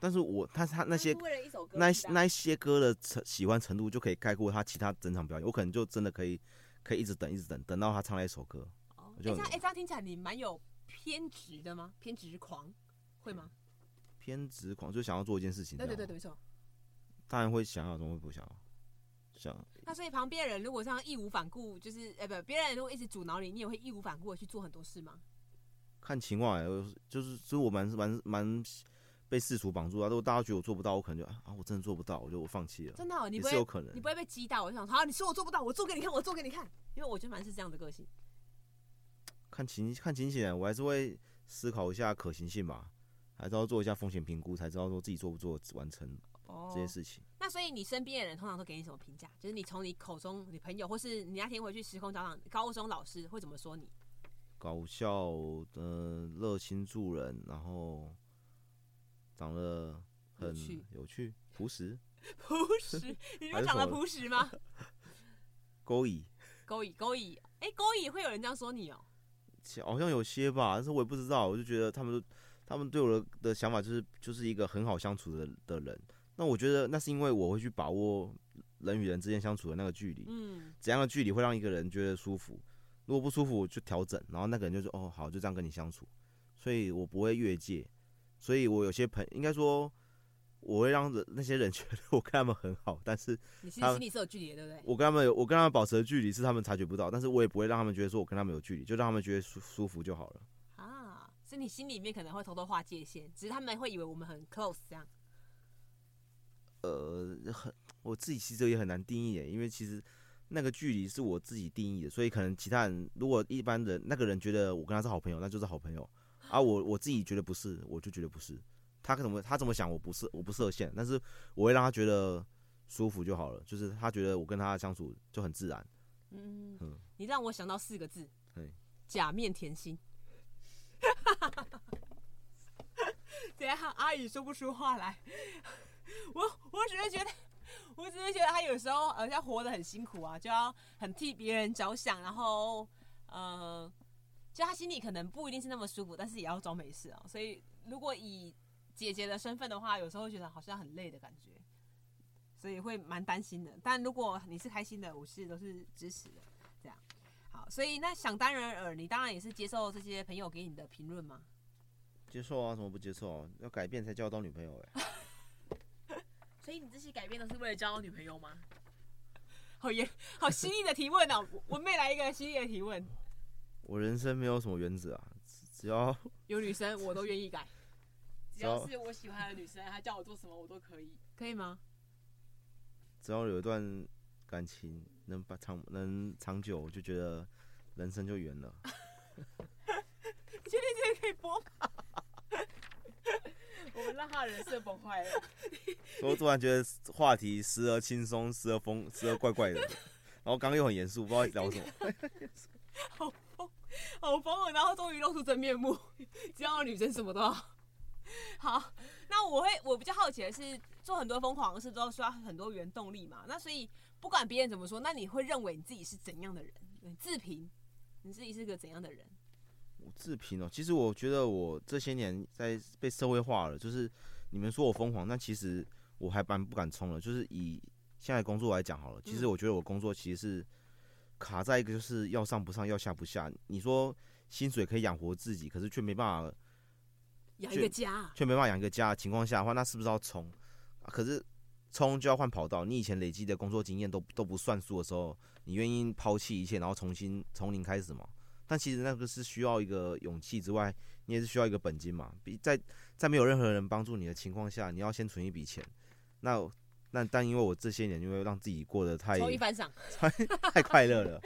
Speaker 1: 但是我他他那些
Speaker 5: 为了一首歌
Speaker 1: 那
Speaker 5: 去的啊
Speaker 1: 那一些歌的程喜欢程度，就可以概括他其他整场表演。我可能就真的可以可以一直等，一直等，等到他唱那一首歌。
Speaker 2: 哦，哎、
Speaker 1: 就
Speaker 2: 这样哎、这样听起来你蛮有偏执的吗？偏执狂会吗？
Speaker 1: 偏执狂就想要做一件事情，
Speaker 2: 对对
Speaker 1: 这
Speaker 2: 对对，
Speaker 1: 样
Speaker 2: 没错。
Speaker 1: 当然会想要，怎么会不想要？想
Speaker 2: 那所以旁边的人如果这样义无反顾，就是呃不，别人如果一直阻挠你，你也会义无反顾的去做很多事吗？
Speaker 1: 看情况、欸，我就是就是我蛮蛮蛮被世俗绑住啊。如果大家觉得我做不到，我可能就啊，我真的做不到，我就我放弃了，
Speaker 2: 真的哦、你
Speaker 1: 也
Speaker 2: 不
Speaker 1: 是有
Speaker 2: 会
Speaker 1: 可能
Speaker 2: 你。不会被激到？我就想说，好，你说我做不到，我做给你看，我做给你看，因为我觉得蛮是这样的个性。
Speaker 1: 看情看情形欸，我还是会思考一下可行性吧，还是要做一下风险评估，才知道说自己做不做得完成
Speaker 2: 哦
Speaker 1: 这件事情。
Speaker 2: 那所以你身边的人通常都给你什么评价？就是你从你口中，你朋友，或是你那天回去时空胶囊，高中老师会怎么
Speaker 1: [LAUGHS]
Speaker 2: 说你？
Speaker 1: 搞笑，呃，热心助人，然后长得
Speaker 2: 有
Speaker 1: 很
Speaker 2: 趣
Speaker 1: 有趣、朴实、
Speaker 2: 朴实，你
Speaker 1: 还
Speaker 2: 说
Speaker 1: 是
Speaker 2: 长得
Speaker 1: 什么
Speaker 2: 朴实吗？
Speaker 1: 勾引，
Speaker 2: 勾引勾引，哎、勾引会有人这样说你哦、
Speaker 1: 其好像有些吧，但是我也不知道，我就觉得他们都，他们对我的的想法就是就是一个很好相处的的人。那我觉得那是因为我会去把握人与人之间相处的那个距离，
Speaker 2: 嗯，
Speaker 1: 怎样的距离会让一个人觉得舒服？如果不舒服，我就调整，然后那个人就说：“哦，好，就这样跟你相处。”所以我不会越界，所以我有些朋应该说，我会让人那些人 [LAUGHS] 觉得我跟他们很好，但是
Speaker 2: 你其实
Speaker 1: 他
Speaker 2: 心里是有距离的，对不对？
Speaker 1: 我跟他们有我跟他们保持的距离是他们察觉不到，但是我也不会让他们觉得说我跟他们有距离，就让他们觉得舒舒服就好了。
Speaker 2: 啊，所以你心里面可能会偷偷划界限，只是他们会以为我们很 close 这样。
Speaker 1: 呃，很我自己其实也很难定义耶，因为其实那个距离是我自己定义的，所以可能其他人如果一般人那个人觉得我跟他是好朋友，那就是好朋友啊。我我自己觉得不是，我就觉得不是。他怎么他怎么想，我不是我不设限，但是我会让他觉得舒服就好了，就是他觉得我跟他相处就很自然。
Speaker 2: 嗯
Speaker 1: 嗯，
Speaker 2: 你让我想到四个字
Speaker 1: 嘿，
Speaker 2: 假面甜心。 [LAUGHS] 等一下阿姨说不出话来， [LAUGHS] 我我只是觉得，我只是觉得她有时候好像活得很辛苦啊，就要很替别人着想，然后呃，就她心里可能不一定是那么舒服，但是也要装没事啊。所以如果以姐姐的身份的话，有时候会觉得好像很累的感觉，所以会蛮担心的。但如果你是开心的，我是都是支持的，这样好。所以那想当然尔，你当然也是接受这些朋友给你的评论吗？
Speaker 1: 接受啊，怎么不接受啊？要改变才交得到女朋友哎、
Speaker 3: 所以你这些改变都是为了交到女朋友吗？
Speaker 2: 好严，好犀利的提问哦、我我妹来一个犀利的提问，
Speaker 1: 我人生没有什么原则啊，只只要
Speaker 2: 有女生我都愿意改，
Speaker 5: 只
Speaker 1: 然后
Speaker 2: [LAUGHS]
Speaker 5: 要是我喜欢的女生，她叫我做什么我都可以。
Speaker 2: 可以吗？
Speaker 1: 只要有一段感情能把长能长久，我就觉得人生就圆了。 [LAUGHS]
Speaker 2: 你确定这个可以播吗？
Speaker 5: 我们让他的人设崩坏了。
Speaker 1: 所以我突然觉得话题时而轻松，时而疯，时而怪怪的， [LAUGHS] 然后刚刚又很严肃，不知道聊什么。
Speaker 2: 好疯哦！然后终于露出真面目， [LAUGHS] 只要有女生什么都好。好，那我会我比较好奇的是，做很多疯狂的事都需要很多原动力嘛。那所以不管别人怎么说，那你会认为你自己是怎样的人？你自评你自己是个怎样的人？
Speaker 1: 我自评哦，其实我觉得我这些年在被社会化了，就是你们说我疯狂，但其实我还蛮不敢冲了。就是以现在工作来讲好了，其实我觉得我工作其实是卡在一个就是要上不上，要下不下。你说薪水可以养活自己，可是却没办法，
Speaker 2: 养一个家，啊
Speaker 1: 却没办法养一个家的情况下的话，那是不是要冲？啊可是冲就要换跑道，你以前累积的工作经验都都不算数的时候，你愿意抛弃一切，然后重新从零开始吗？但其实那个是需要一个勇气之外，你也是需要一个本金嘛。比在在没有任何人帮助你的情况下，你要先存一笔钱。那那但因为我这些年因为让自己过得太
Speaker 2: 抽一番赏。
Speaker 1: [LAUGHS] 太快乐了，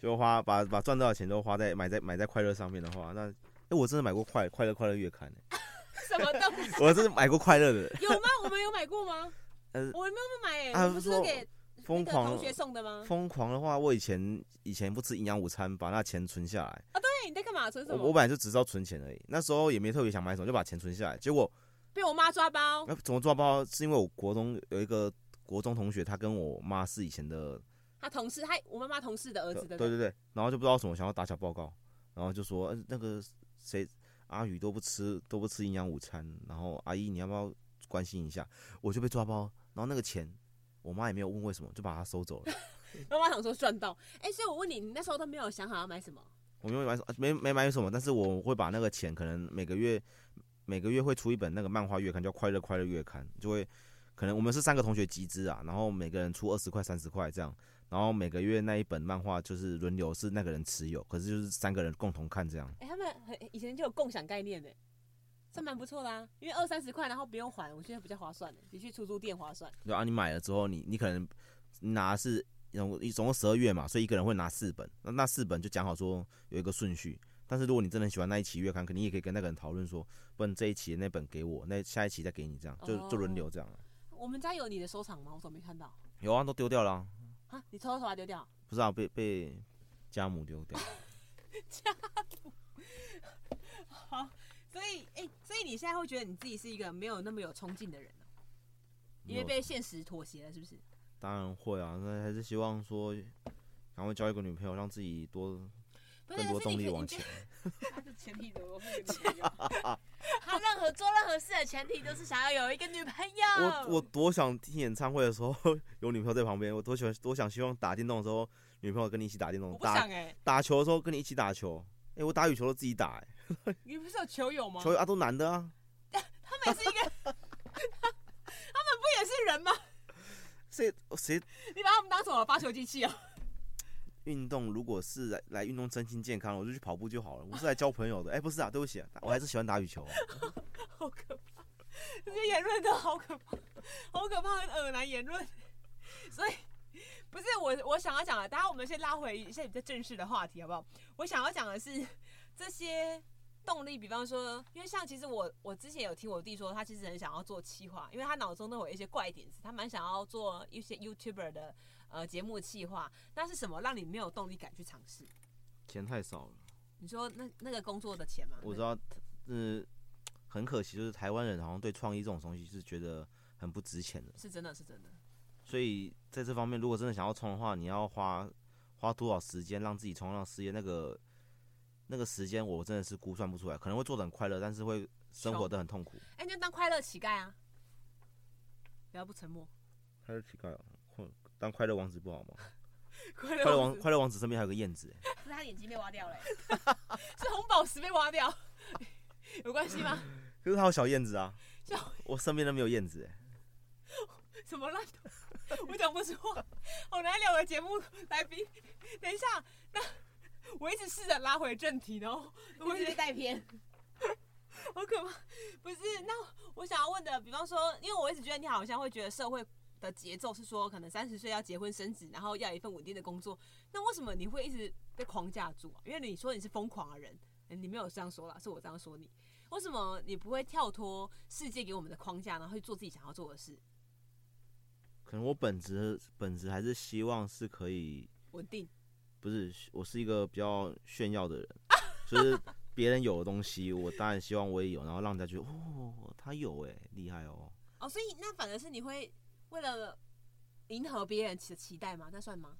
Speaker 1: 就花把把赚到的钱都花在买在买在快乐上面的话，那哎、诶我真的买过快快乐快乐月刊、欸，
Speaker 2: [LAUGHS] 什么
Speaker 3: [LAUGHS]
Speaker 2: 东西？
Speaker 1: 我真的买过快乐的
Speaker 2: 有吗？我们有买过吗？
Speaker 1: 呃
Speaker 2: 我们有买、欸，
Speaker 1: 啊
Speaker 2: 我们不
Speaker 1: 不是
Speaker 2: 是
Speaker 1: 我
Speaker 2: 给那
Speaker 1: 疯
Speaker 2: 个
Speaker 1: 狂
Speaker 2: 同学送的吗？
Speaker 1: 疯狂的话，我以前以前不吃营养午餐，把那钱存下来。
Speaker 2: 对，哎你在干嘛？存啊什
Speaker 1: 我
Speaker 2: 么？
Speaker 1: 我本来就只知道存钱而已，那时候也没特别想买什么，就把钱存下来。结果
Speaker 2: 被我妈抓包。
Speaker 1: 那、怎么抓包？是因为我国中有一个国中同学，他跟我妈是以前的，
Speaker 2: 他同事，他我妈妈同事的儿子的，
Speaker 1: 对对对，然后就不知道为什么想要打小报告，然后就说、呃那个谁阿宇都不吃都不吃营养午餐，然后阿姨你要不要关心一下？我就被抓包，然后那个钱我妈也没有问为什么，就把它收走了。
Speaker 2: 妈妈想说赚到。哎、所以我问你，你那时候都没有想好要买什么？
Speaker 1: 我没有买什么，啊没没买什么，但是我会把那个钱，可能每个月每个月会出一本那个漫画月刊，叫《快乐快乐月刊》，就会可能我们是三个同学集资啊，然后每个人出二十块、三十块这样，然后每个月那一本漫画就是轮流是那个人持有，可是就是三个人共同看这样。
Speaker 2: 哎、他们很以前就有共享概念的，算蛮不错啦、因为二三十块，然后不用还，我觉得比较划算的，比去出租店划算。
Speaker 1: 对啊，你买了之后你，你可能拿是总共总共十二月嘛，所以一个人会拿四本，那那四本就讲好说有一个顺序。但是如果你真的很喜欢那一期月刊，肯定也可以跟那个人讨论说，不然这一期的那本给我，那下一期再给你，这样就就轮流这样啊。
Speaker 2: 我们家有你的收藏吗？我怎么没看到？
Speaker 1: 有啊，都丢掉了啊、
Speaker 2: 啊，你偷偷把它丢掉？
Speaker 1: 不知道、被被家母丢掉。
Speaker 2: 好，所以哎、所以你现在会觉得你自己是一个没有那么有冲劲的人哦、 [LAUGHS] 因
Speaker 1: 没
Speaker 2: 为
Speaker 1: 有嗯
Speaker 2: 被现实妥协了，是不是？
Speaker 1: 当然会啊，那还是希望说赶快交一个女朋友，让自己多
Speaker 2: 不是，
Speaker 1: 更多
Speaker 2: 是
Speaker 1: 动
Speaker 2: 你
Speaker 1: 力
Speaker 2: 可以
Speaker 1: 往
Speaker 2: 你觉
Speaker 1: 前
Speaker 2: 得。
Speaker 5: 他的前提怎么会有女朋友？
Speaker 3: 他任何做任何事的前提都是想要有一个女朋友。
Speaker 1: 我
Speaker 2: 哦
Speaker 1: 我多想听演唱会的时候有女朋友在旁边，我多喜欢多想希望打电动的时候女朋友跟你一起打电动
Speaker 2: 我，不
Speaker 1: 打
Speaker 2: 想哎、
Speaker 1: 打球的时候跟你一起打球。哎、我打羽球都自己打、欸，
Speaker 2: 你不是有球友
Speaker 1: [LAUGHS]
Speaker 2: 吗？
Speaker 1: 球啊都男的啊，
Speaker 2: 他们也是一个，他们不也是人吗？
Speaker 1: 谁哦谁
Speaker 2: 你把他们当什么发球机器啊？
Speaker 1: 运动如果是来来运动身心健康，我就去跑步就好了。我是来交朋友的，哎、不是啊，对不起、啊，我还是喜欢打羽
Speaker 2: [LAUGHS]
Speaker 1: 球啊、
Speaker 2: 好可怕！这些言论都好可怕，好可怕，很恶男言论。所以不是我，我想要讲的，当然我们先拉回一些比较正式的话题，好不好？我想要讲的是这些动力，比方说，因为像其实我我之前有听我弟说，他其实很想要做企划，因为他脑中都有一些怪点子，他蛮想要做一些 YouTuber 的呃节目企划。那是什么让你没有动力敢去尝试？
Speaker 1: 钱太少了。
Speaker 2: 你说那那个工作的钱吗？
Speaker 1: 我知道，嗯、很可惜，就是台湾人好像对创意这种东西是觉得很不值钱的，
Speaker 2: 是真的是真的。
Speaker 1: 所以在这方面，如果真的想要冲的话，你要花花多少时间让自己冲上事业，那个那个时间我真的是估算不出来，可能会做的很快乐，但是会生活的很痛苦。
Speaker 2: 哎、你就当快乐乞丐啊！不要不沉默，
Speaker 1: 快乐乞丐哦，快当快乐王子不好吗？
Speaker 2: 快
Speaker 1: [LAUGHS] 快乐王快乐王子身边还有个燕子，哎
Speaker 3: 可是他眼睛被挖掉了、欸
Speaker 5: [LAUGHS]
Speaker 2: 是红宝石被挖掉， [LAUGHS] 有关系吗？
Speaker 1: [LAUGHS] 可是他有 [LAUGHS] 小燕子啊
Speaker 2: 小，
Speaker 1: 我身边都没有燕子，哎
Speaker 2: 什么烂 [LAUGHS] 头，我讲不出话，哦好难聊的节目来宾。等一下，那我一直试着拉回正题，然后我
Speaker 3: 我
Speaker 2: 一
Speaker 3: 一
Speaker 2: 直
Speaker 3: 直带 [LAUGHS] 偏。
Speaker 2: 好可怕。不是，那我想要问的，比方说，因为我一直觉得你好像会觉得社会的节奏是说，可能三十岁要结婚生子，然后要有一份稳定的工作。那为什么你会一直被框架住啊？因为你说你是疯狂的人，呃你没有这样说啦，是我这样说你。为什么你不会跳脱世界给我们的框架，然后去做自己想要做的事？
Speaker 1: 可能我本质本质还是希望是可以，
Speaker 2: 稳定，
Speaker 1: 不是我是一个比较炫耀的人，就是别人有的东西，我当然希望我也有，然后让大家觉得哦，他有哎，厉害哦。
Speaker 2: 哦，所以那反而是你会为了迎合别人的期待吗？那算吗？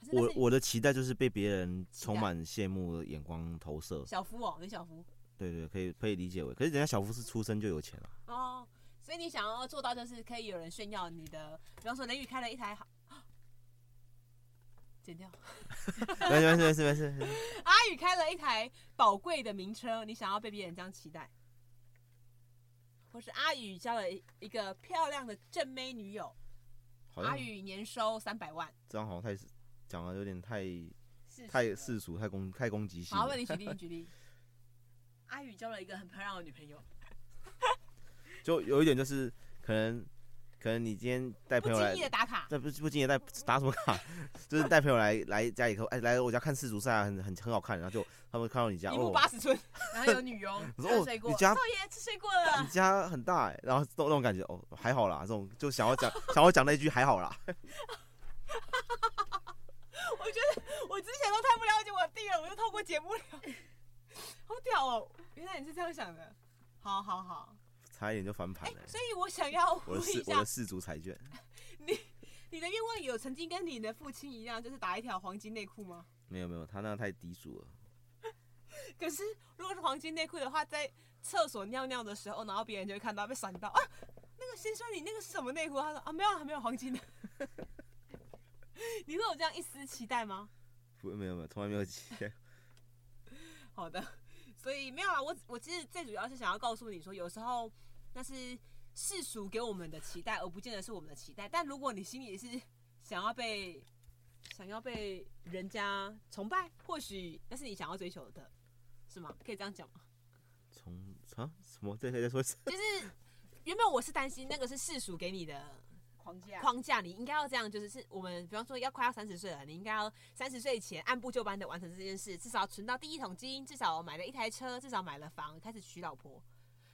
Speaker 2: 还是那
Speaker 1: 我
Speaker 2: 是
Speaker 1: 我的期待就是被别人
Speaker 2: 待
Speaker 1: 充满羡慕的眼光投射，
Speaker 2: 小夫哦，你小夫
Speaker 1: 对对，可以可以理解为，可是人家小夫是出生就有钱了、
Speaker 2: 哦，所以你想要做到就是可以有人炫耀你的，比方说雷雨开了一台好， [GASPS] 剪掉，
Speaker 1: 啊，没事没事没事没事，
Speaker 2: [LAUGHS] 阿宇开了一台宝贵的名车，你想要被别人这样期待，或是阿宇交了一一个漂亮的正妹女友，
Speaker 1: 好
Speaker 2: 阿
Speaker 1: 像
Speaker 2: 宇年收三百万，
Speaker 1: 这样好像太讲的有点太
Speaker 5: 是
Speaker 1: 太世俗太攻太攻击性
Speaker 2: 好，
Speaker 1: 了
Speaker 2: 为，你举例，你举例。
Speaker 1: [LAUGHS]
Speaker 2: 阿宇交了一个很漂亮的女朋友，
Speaker 1: 就有一点就是可能可能你今天带哎
Speaker 2: 不
Speaker 1: 朋友
Speaker 2: 经
Speaker 1: 来
Speaker 2: 意，的打卡，
Speaker 1: 这不不经意带打什么卡， [LAUGHS] 就是带朋友来来家里头，哎来我家看世足赛啊，很很很好看，然后就他们看到你家
Speaker 2: 一
Speaker 1: 哦
Speaker 2: 幕，八十寸，
Speaker 5: 然后有女佣，
Speaker 1: 我
Speaker 5: 还有
Speaker 1: 说哦
Speaker 5: 水
Speaker 1: [LAUGHS] 你
Speaker 5: 果，
Speaker 1: 家
Speaker 2: 少爷吃水果
Speaker 1: [LAUGHS]
Speaker 2: 了
Speaker 1: 你。家很大哎、然后这种那种感觉哦，还好啦，这种就想要讲想要讲那一句还好啦，
Speaker 2: 我觉得我之前都太不了解我弟了，我就透过节目聊， [LAUGHS] 好屌哦！原来你是这样想的，好好好。
Speaker 1: 差一点就翻盘
Speaker 2: 哎、
Speaker 1: 了、
Speaker 2: 所以我想要
Speaker 1: 我
Speaker 2: 问
Speaker 1: 的世
Speaker 2: 一
Speaker 1: 我
Speaker 2: 下
Speaker 1: 的，世足彩券
Speaker 2: 你的愿望有曾经跟你的父亲一样，就是打一条黄金内裤吗？
Speaker 1: 没有没有，他那太低俗了。
Speaker 2: 可是如果是黄金内裤的话，在厕所尿尿的时候，然后别人就会看到被闪到啊，那个先生你那个是什么内裤？他说啊没有啊没有黄金的。 [LAUGHS] 你会有这样一丝期待吗？
Speaker 1: 不，没有没有，从来没有 [LAUGHS] 期待。
Speaker 2: 好的，所以没有啊，我我其实最主要是想要告诉你说，有时候那是世俗给我们的期待，而不见得是我们的期待。但如果你心里是想要被想要被人家崇拜，或许那是你想要追求的，是吗？可以这样讲吗？
Speaker 1: 从啊什么？再再再说一次。
Speaker 2: 就是原本我是担心那个是世俗给你的
Speaker 5: 狂架，
Speaker 2: 框架，你应该要这样，就是是我们比方说要快要三十岁了，你应该要三十岁前按部就班的完成这件事，至少存到第一桶金，至少买了一台车，至少买了房，开始娶老婆。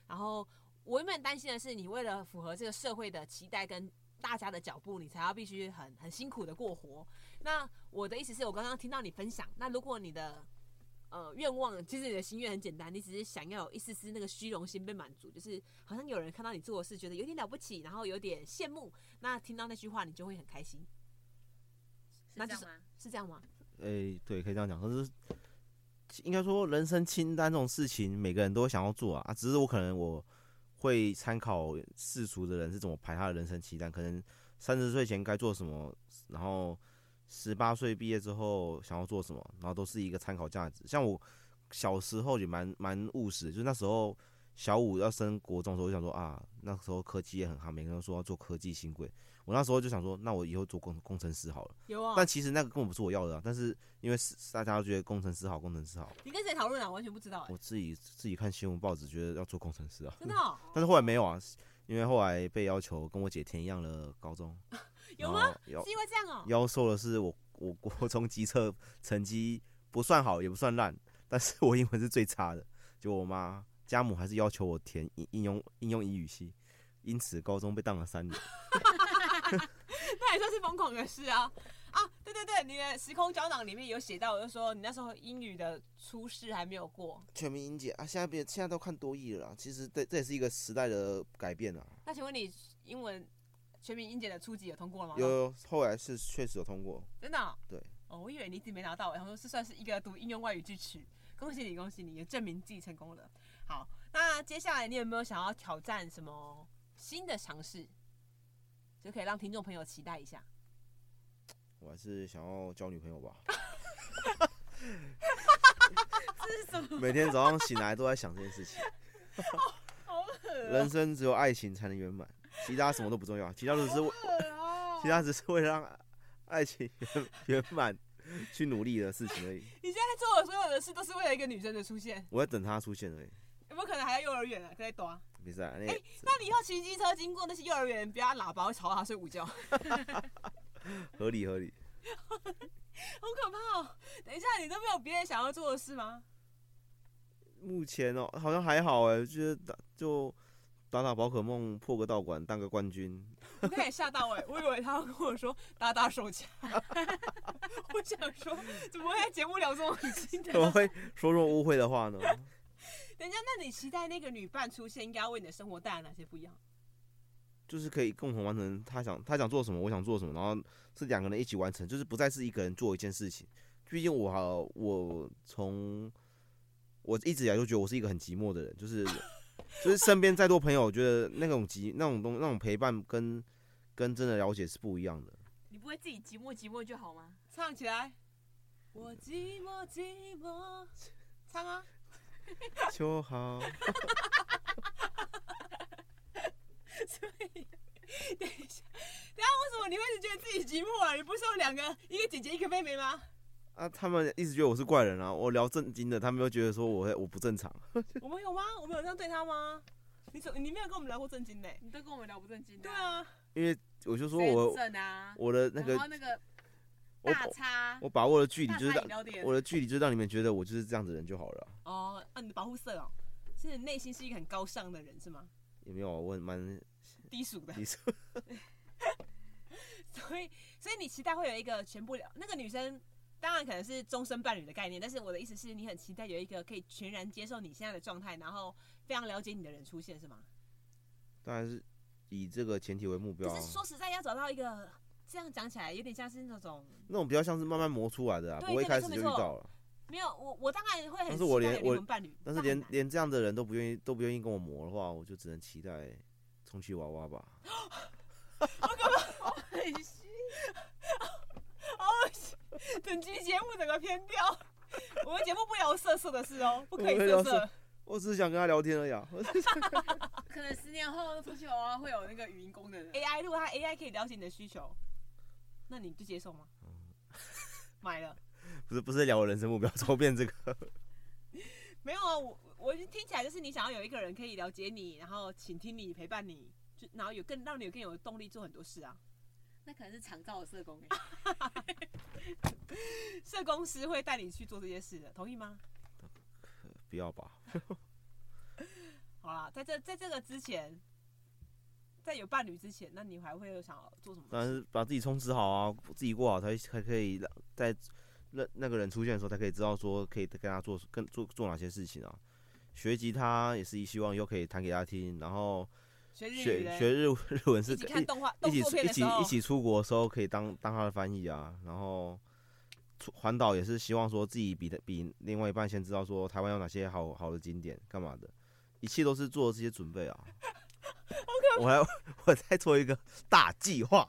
Speaker 2: 然后我原本担心的是，你为了符合这个社会的期待跟大家的脚步，你才要必须很很辛苦的过活。那我的意思是我刚刚听到你分享，那如果你的呃愿望，其实你的心愿很简单，你只是想要有一丝丝那个虚荣心被满足，就是好像有人看到你做的事，觉得有点了不起，然后有点羡慕。那听到那句话，你就会很开心，那
Speaker 5: 是这样
Speaker 2: 就是
Speaker 5: 吗？
Speaker 2: 是这样吗？
Speaker 1: 诶、对，可以这样讲。可是应该说，人生清单这种事情，每个人都会想要做啊。啊只是我可能我会参考世俗的人是怎么排他的人生清单，可能三十岁前该做什么，然后十八岁毕业之后想要做什么，然后都是一个参考价值。像我小时候也蛮蛮务实的，就是那时候小五要升国中的时候，我就想说啊，那时候科技也很夯，每个人都说要做科技新贵。我那时候就想说，那我以后做工工程师好了。
Speaker 2: 有啊、
Speaker 1: 但其实那个根本不是我要的、啊，但是因为是大家都觉得工程师好，工程师好，
Speaker 2: 你跟谁讨论啊？我完全不知道哎、
Speaker 1: 我自己自己看新闻报纸觉得要做工程师啊，
Speaker 2: 真的、哦、
Speaker 1: 但是后来没有啊，因为后来被要求跟我姐填一样的高中，
Speaker 2: [LAUGHS] 有
Speaker 1: 然
Speaker 2: 吗？
Speaker 1: 后要
Speaker 2: 是因为这样哦、
Speaker 1: 要求的是我我国中机测成绩不算好也不算烂，但是我英文是最差的，结果我妈家母还是要求我填应应用应用英语系，因此高中被当了
Speaker 2: [LAUGHS]
Speaker 1: 三年。
Speaker 2: 那也算是疯狂的事啊！啊，对对对，你的时空胶囊里面有写到，我就说你那时候英语的初试还没有过，
Speaker 1: 全民英检啊，现在别现在都看多义了啦，其实这这也是一个时代的改变啊。
Speaker 2: 那请问你英文全民英检的初级有通过了吗？
Speaker 1: 有，有，后来是确实有通过，
Speaker 2: 真的哦、
Speaker 1: 对
Speaker 2: 哦，我以为你一直没拿到，然后是算是一个读应用外语之耻。恭喜你，恭喜你，也证明自己成功了。好，那接下来你有没有想要挑战什么新的尝试，就可以让听众朋友期待一下？
Speaker 1: 我还是想要交女朋友
Speaker 5: [LAUGHS]
Speaker 1: 吧。 [LAUGHS] 每天早上醒来都在想这件事情，
Speaker 5: [LAUGHS] 好恶哦
Speaker 1: 人生只有爱情才能圆满，其他什么都不重要，其他只是为
Speaker 5: 哦
Speaker 1: [LAUGHS] 其他只是为了让爱情圆圆满去努力的事情而已。
Speaker 2: 你现在做的所有的事都是为了一个女生的出现，
Speaker 1: 我在等他出现而已。
Speaker 2: 有没有可能还要幼儿儿园啊，可以躲啊。
Speaker 1: 比赛那
Speaker 2: 哎那你以后骑机车经过那些幼儿园，不要喇叭会吵到他睡午觉，好
Speaker 1: 合理合理。
Speaker 2: 可怕哦。等一下，你都没有别的想要做的事吗？
Speaker 1: 目前哦，好像还好哎，就是打就打打宝可梦，破个道馆，当个冠军。
Speaker 2: 我刚才也吓到哎、我以为他要跟我说打打
Speaker 1: [LAUGHS]
Speaker 2: 手枪，我想说怎么会在节目聊这种恶心的
Speaker 1: [LAUGHS] 怎？么会说这种污秽的话呢？
Speaker 2: 等一下，那你期待那个女伴出现，应该要为你的生活带来哪些不一样？
Speaker 1: 就是可以共同完成他想他想做什么，我想做什么，然后是两个人一起完成，就是不再是一个人做一件事情。毕竟我好，我从我一直以来就觉得我是一个很寂寞的人，就是就是身边再多朋友，我觉得那种寂那种东那种陪伴跟跟真的了解是不一样的。
Speaker 3: 你不会自己寂寞寂寞就好吗？
Speaker 2: 唱起来，我寂寞寂寞，唱啊！
Speaker 1: 秋好，
Speaker 2: 所以，等一下，等一下，为什么你会一直觉得自己寂寞啊？你不是有两个，一个姐姐，一个妹妹吗？
Speaker 1: 啊，他们一直觉得我是怪人啊，我聊正经的，他们又觉得说我我不正常。
Speaker 2: 我们有吗？我们有这样对她吗？你怎你没有跟我们聊过正经的欸、
Speaker 5: 你都跟我们聊不正经的
Speaker 2: 对
Speaker 5: 啊，
Speaker 2: 啊，
Speaker 1: 因为我就说
Speaker 5: 谁很
Speaker 1: 我
Speaker 5: 正啊，
Speaker 1: 我的那个
Speaker 5: 然后那 [LAUGHS] 个
Speaker 1: 我
Speaker 5: 大叉，
Speaker 1: 我把握的距离
Speaker 5: 大
Speaker 1: 就是
Speaker 5: 叉
Speaker 1: 让
Speaker 5: 饮料店
Speaker 1: 我，的距离就是让你们觉得我就是这样子的人就好了啊、
Speaker 2: 哦，啊，你的保护色哦，是你内心是一个很高尚的人是吗？
Speaker 1: 也没有啊，我很蛮
Speaker 2: 低俗的， [LAUGHS]
Speaker 1: 低俗。
Speaker 2: 所以所以你期待会有一个全部了那个女生。当然可能是终身伴侣的概念，但是我的意思是你很期待有一个可以全然接受你现在的状态，然后非常了解你的人出现，是吗？
Speaker 1: [LAUGHS] 当然是以这个前提为目标啊、
Speaker 2: 可是说实在，要找到一个这样讲起来，有点像是那种
Speaker 1: 那种比较像是慢慢磨出来的啊，
Speaker 2: 对
Speaker 1: 不会一
Speaker 2: 对没
Speaker 1: 开
Speaker 2: 错
Speaker 1: 始就
Speaker 2: 没
Speaker 1: 遇
Speaker 2: 错
Speaker 1: 到了。
Speaker 2: 没有我，我当然会很
Speaker 1: 但
Speaker 2: 期
Speaker 1: 是
Speaker 2: 待
Speaker 1: 我连
Speaker 2: 有
Speaker 1: 我
Speaker 2: 灵魂伴侣，
Speaker 1: 但是
Speaker 2: 那很
Speaker 1: 连
Speaker 2: 难
Speaker 1: 连这样的人都不愿意都不愿意跟我磨的话，我就只能期待充气娃娃吧。 [LAUGHS]
Speaker 2: [LAUGHS] 整期节目整个偏掉。 [LAUGHS] 我们节目不聊色色的事
Speaker 1: [LAUGHS]
Speaker 2: 哦，不可以
Speaker 1: 我们聊
Speaker 2: 色色
Speaker 1: 色。我只是想跟他聊天而已、啊。我 [LAUGHS] 只是想
Speaker 5: 可能十年后足球啊会有那个语音功能的，
Speaker 2: AI 如果它 AI 可以了解你的需求，那你就接受吗？
Speaker 1: 嗯
Speaker 2: [LAUGHS] 买了
Speaker 1: 不是不是聊我人生目标， [LAUGHS] 怎么变这个？
Speaker 2: 没有啊？我我听起来就是你想要有一个人可以了解你，然后倾听你、陪伴你，就然后有更让你有更有动力做很多事啊。
Speaker 5: 那可能是长照的社
Speaker 3: [LAUGHS]
Speaker 5: 工欸
Speaker 2: 社公司会带你去做这些事的，啊同意吗？
Speaker 1: 不要吧，
Speaker 2: 好啦，在这在这个之前，在有伴侣之前，那你还会有想要做什么事？
Speaker 1: 当然是把自己充实好啊，自己过好才才可以让在那那个人出现的时候，才可以知道说可以跟他做跟做做哪些事情啊。学吉他也是希望以后可以弹给他听，然后
Speaker 2: 学日语
Speaker 1: 学
Speaker 2: 嘞
Speaker 1: 学日日文是
Speaker 2: 一起看
Speaker 1: 一
Speaker 2: 动画
Speaker 1: 一
Speaker 2: 动
Speaker 1: 起
Speaker 2: 作
Speaker 1: 出
Speaker 2: 片
Speaker 1: 一
Speaker 2: 的
Speaker 1: 起
Speaker 2: 时候，
Speaker 1: 一起出国的时候可以当当他的翻译啊，然后出环岛也是希望说自己比的比另外一半先知道说台湾有哪些好好的景点干嘛的，一切都是做这些准备
Speaker 2: [LAUGHS]
Speaker 1: 啊。我还我在做一个大计
Speaker 2: [LAUGHS]
Speaker 1: 划，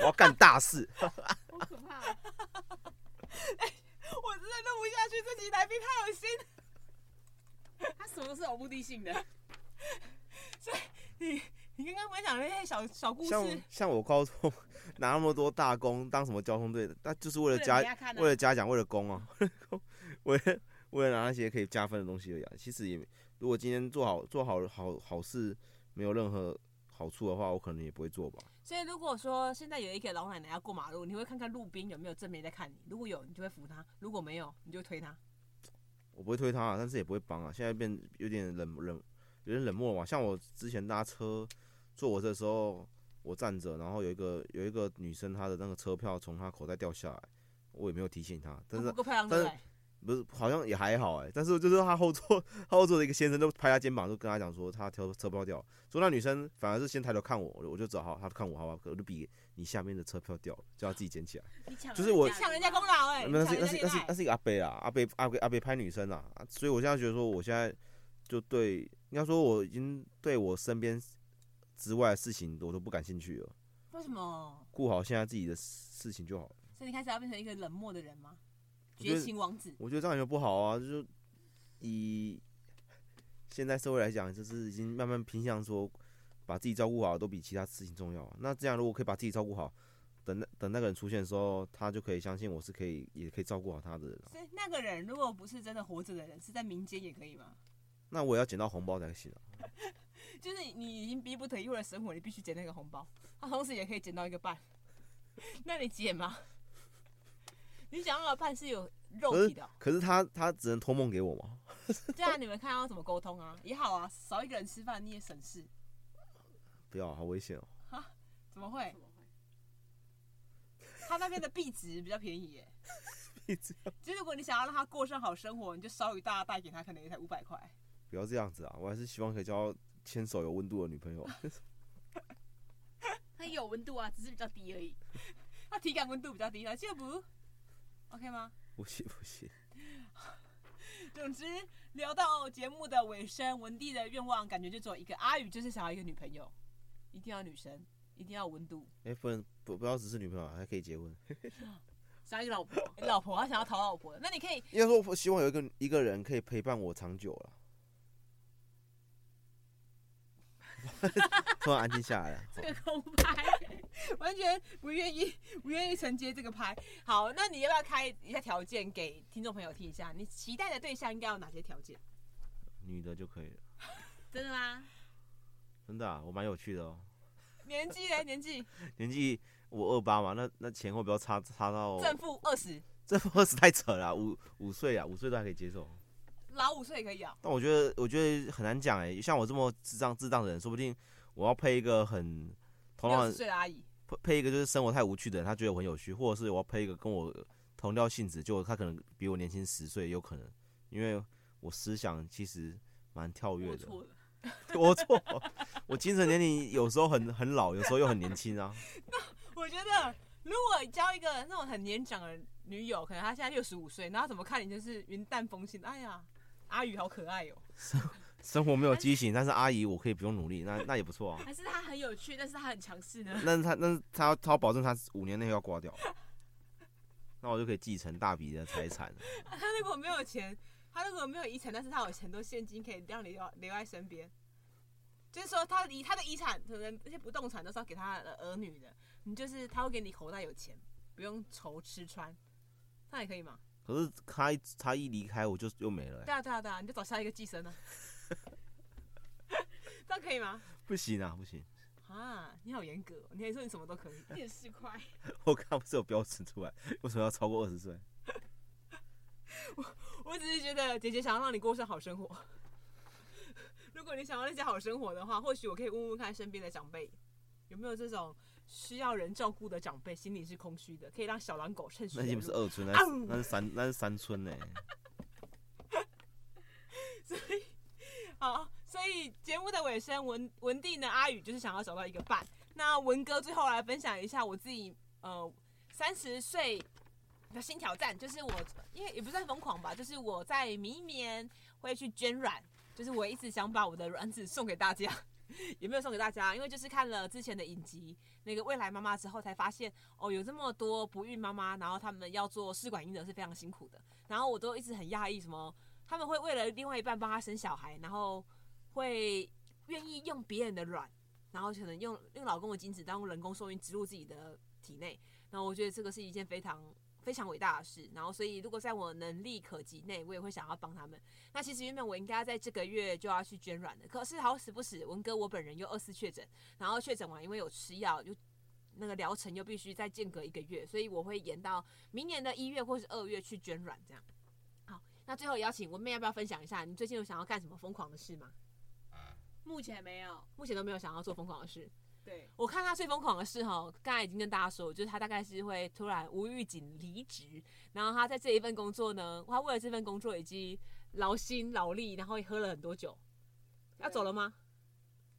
Speaker 1: 我要干大事。
Speaker 5: 好可怕哦！
Speaker 2: [LAUGHS] 我真的录不下去，这集来宾太恶心。
Speaker 5: 他什么都是有目的
Speaker 2: [LAUGHS]
Speaker 5: 性的，
Speaker 2: 你你刚刚分享的那些小小故
Speaker 1: 像
Speaker 2: 事，
Speaker 1: 像我高中拿那么多大工当什么交通队的，那就是为了
Speaker 5: 不
Speaker 1: 家
Speaker 5: 能给他看啊
Speaker 1: 为了嘉奖，为了功啊，为了功为了为了拿那些可以加分的东西而已啊。其实也，如果今天做好做好好好事没有任何好处的话，我可能也不会做吧。
Speaker 2: 所以如果说现在有一个老奶奶要过马路，你会看看路边有没有正面在看你，如果有，你就会扶她；如果没有，你就推她。
Speaker 1: 我不会推他、啊，但是也不会帮啊。现在变有点冷冷，有点冷漠嘛。像我之前搭车坐我这时候，我站着，然后有一个有一个女生，她的那个车票从她口袋掉下来，我也没有提醒她，但
Speaker 2: 她
Speaker 1: 是
Speaker 2: 不够漂亮，
Speaker 1: 但
Speaker 2: 对不
Speaker 1: 是
Speaker 2: 对？
Speaker 1: 不是，好像也还好哎、但是就是他后座， [LAUGHS] 他后座的一个先生都拍他肩膀，就跟他讲说他车车票掉了，所以那女生反而是先抬头看我，我就我就只好他看我，好吧，我就比你下面的车票掉了，叫他自己捡起来。
Speaker 5: 你抢
Speaker 1: 就是我
Speaker 5: 人
Speaker 2: 抢人家功劳哎，
Speaker 1: 那
Speaker 2: 抢
Speaker 1: 是
Speaker 2: 人
Speaker 1: 那
Speaker 2: 家
Speaker 1: 是
Speaker 2: 恋
Speaker 1: 那是
Speaker 2: 爱
Speaker 1: 那。是一个阿伯啦，啊阿伯阿伯阿伯拍女生啦，啊所以我现在觉得说，我现在就对应该说我已经对我身边之外的事情我都不感兴趣了，
Speaker 2: 为什么？
Speaker 1: 顾好现在自己的事情就好了。
Speaker 2: 所以你开始要变成一个冷漠的人吗？
Speaker 1: 我觉得
Speaker 2: 绝情王子，
Speaker 1: 我觉得这样也不好啊，就是以现在社会来讲，就是已经慢慢偏向说，把自己照顾好都比其他事情重要啊、那这样如果可以把自己照顾好，等那等那个人出现的时候，他就可以相信我是可以，也可以照顾好他的人啊、
Speaker 2: 所以那个人如果不是真的活着的人，是在民间也可以吗？
Speaker 1: 那我也要捡到红包才行啊。
Speaker 2: 就是你已经逼不得已为了生活，你必须捡那个红包，他同时也可以捡到一个半， [LAUGHS] 那你捡吗？你想要的半是有肉体的哦、
Speaker 1: 可是他他只能托梦给我嘛？
Speaker 2: 对啊，你们看要怎么沟通啊？也好啊，少一个人吃饭你也省事，
Speaker 1: 不要，好危险哦。
Speaker 2: 怎么会？他那边的币值比较便宜 [LAUGHS] 耶。就如果你想要让他过上好生活，你就烧鱼大大给他，可能也才五百块。
Speaker 1: 不要这样子啊！我还是希望可以交到牵手有温度的女朋友。啊
Speaker 3: 它也有温度啊，只是比较低而已。
Speaker 2: 他体感温度比较低，来这不？OK 吗？
Speaker 1: [LAUGHS] 不行不行，
Speaker 2: 总之，聊到节目的尾声，文帝的愿望感觉就只有一个，阿宇就是想要一个女朋友，一定要女生，一定要有温度，
Speaker 1: 哎、不能不不要只是女朋友，啊还可以结婚。
Speaker 3: 想要一个老婆，
Speaker 2: 老婆，他想要讨老婆。那你可以，
Speaker 1: 应该说，我希望有一个一个人可以陪伴我长久了。 [LAUGHS] 突然安静下来了。
Speaker 2: 这个空拍， [LAUGHS] 完全不愿意 [LAUGHS] 不愿意承接这个拍。好，那你要不要开一下条件给听众朋友听一下？你期待的对象应该有哪些条件？
Speaker 1: 女的就可
Speaker 2: [LAUGHS]
Speaker 1: 以了，
Speaker 3: 真的吗？
Speaker 1: 真的、啊，我蛮有趣的哦。
Speaker 2: 年纪嘞，年纪
Speaker 1: 年纪我二八嘛，那那前后不要差差到
Speaker 2: 正负二十，
Speaker 1: 这二十太扯了啊、五五岁啊，五岁都还可以接受。
Speaker 2: 老五岁也可以啊。
Speaker 1: 但我觉得我觉得很难讲哎、像我这么智障智障的人，说不定我要配一个很头脑
Speaker 2: 六
Speaker 1: 很
Speaker 2: 十岁的阿姨，
Speaker 1: 配配一个就是生活太无趣的人，他觉得我很有趣，或者是我要配一个跟我同调性质，就他可能比我年轻十岁，有可能，因为我思想其实蛮跳跃
Speaker 5: 我
Speaker 1: 的。
Speaker 5: 错了，
Speaker 1: [LAUGHS] 我错，我精神年龄有时候很很老，有时候又很年轻啊。
Speaker 2: 我觉得如果交一个那种很年长的女友，可能她现在六十五岁，然后怎么看你就是云淡风轻，哎呀，阿宇好可爱哦哟、
Speaker 1: 生活没有激情，但是阿姨我可以不用努力，那那也不错啊。
Speaker 3: 还是他很有趣，但是他很强势呢？
Speaker 1: 那他那他要他要保证他五年内要挂掉，那我就可以继承大笔的财产了。
Speaker 2: 他如果没有钱，他如果没有遗产，但是他有很多现金可以让你留留在身边。就是说，他遗他的遗产可能那些不动产都是要给他的儿女的，你就是他会给你口袋有钱，不用愁吃穿，那也可以嘛？
Speaker 1: 可是他一他一离开我就又没了欸、
Speaker 2: 对啊，对啊，对啊，你就找下一个寄生啊， [LAUGHS] 这样可以吗？
Speaker 1: 不行啊不行，
Speaker 2: 啊，你好严格哦，你还说你什么都可以，
Speaker 3: 电视快，
Speaker 1: 我看不是有标准出来，为什么要超过二十岁？
Speaker 2: 我只是觉得姐姐想要让你过上好生活。如果你想要那些好生活的话，或许我可以问问看身边的长辈，有没有这种需要人照顾的长辈，心里是空虚的，可以让小狼狗趁虚
Speaker 1: 那已
Speaker 2: 而
Speaker 1: 经不是
Speaker 2: 入。
Speaker 1: 二村，那
Speaker 2: 啊
Speaker 1: 是那是三那是三村呢、
Speaker 2: 好，所以节目的尾声，文文帝呢，阿宇就是想要找到一个伴。那文哥最后来分享一下我自己，呃，三十岁的新挑战，就是我，因为也不算疯狂吧，就是我在明年会去捐卵，就是我一直想把我的卵子送给大家。 [LAUGHS] 也没有送给大家，因为就是看了之前的影集《那个未来妈妈》之后，才发现哦，有这么多不孕妈妈，然后他们要做试管婴儿是非常辛苦的。然后我都一直很讶异，什么他们会为了另外一半帮他生小孩，然后会愿意用别人的卵，然后可能用用老公的精子当人工受孕植入自己的体内。然后我觉得这个是一件非常非常伟大的事。然后所以如果在我能力可及内，我也会想要帮他们。那其实原本我应该在这个月就要去捐卵的，可是好死不死，文哥我本人又二次确诊，然后确诊完因为有吃药就。那个疗程又必须再间隔一个月，所以我会延到明年的一月或是二月去捐卵，这样。好，那最后邀请文妹要不要分享一下，你最近有想要干什么疯狂的事吗？
Speaker 5: 目前没有。
Speaker 2: 目前都没有想要做疯狂的事。
Speaker 5: 对，
Speaker 2: 我看他最疯狂的事哈，刚才已经跟大家说，就是他大概是会突然无预警离职，然后他在这一份工作呢，他为了这份工作已经劳心劳力，然后也喝了很多酒。要走了吗？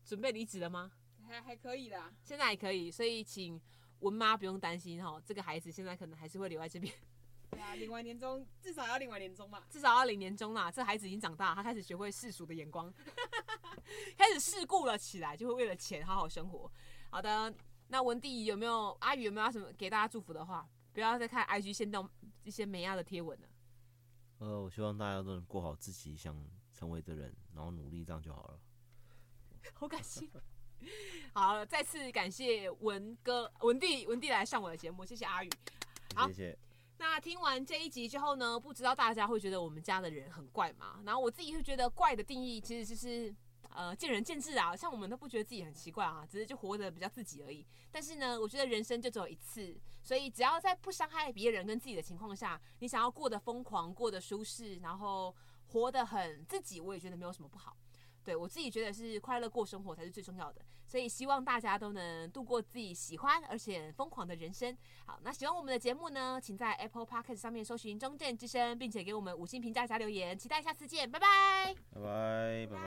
Speaker 2: 准备离职了吗？
Speaker 5: 还还可以啦。
Speaker 2: 现在还可以，所以请文妈不用担心哈，这个孩子现在可能还是会留在这边，
Speaker 5: 对啊，领完年终至少要领完年终嘛。
Speaker 2: 至少要领年终啦。这孩子已经长大，他开始学会世俗的眼光， [LAUGHS] 开始世故了起来，就会为了钱好好生活。好的，那文弟有没有阿宇有没有要什么给大家祝福的话？不要再看 IG 限动一些美亚的贴文了。
Speaker 1: [LAUGHS] 呃，我希望大家都能过好自己想成为的人，然后努力这样就好了。
Speaker 2: 好感谢。 [LAUGHS] 好，再次感谢文哥、文弟、文弟来上我的节目，谢谢阿宇。好
Speaker 1: 谢谢。
Speaker 2: 那听完这一集之后呢，不知道大家会觉得我们家的人很怪吗？然后我自己会觉得怪的定义其实就是。呃，见仁见智啊，像我们都不觉得自己很奇怪啊，只是就活得比较自己而已。但是呢，我觉得人生就只有一次，所以只要在不伤害别人跟自己的情况下，你想要过得疯狂、过得舒适，然后活得很自己，我也觉得没有什么不好。对我自己觉得是快乐过生活才是最重要的，所以希望大家都能度过自己喜欢而且疯狂的人生。好，那喜欢我们的节目呢，请在 Apple Podcast 上面搜寻“中正之声”，并且给我们五星评价加留言，期待下次见，拜拜。
Speaker 1: 拜拜拜拜。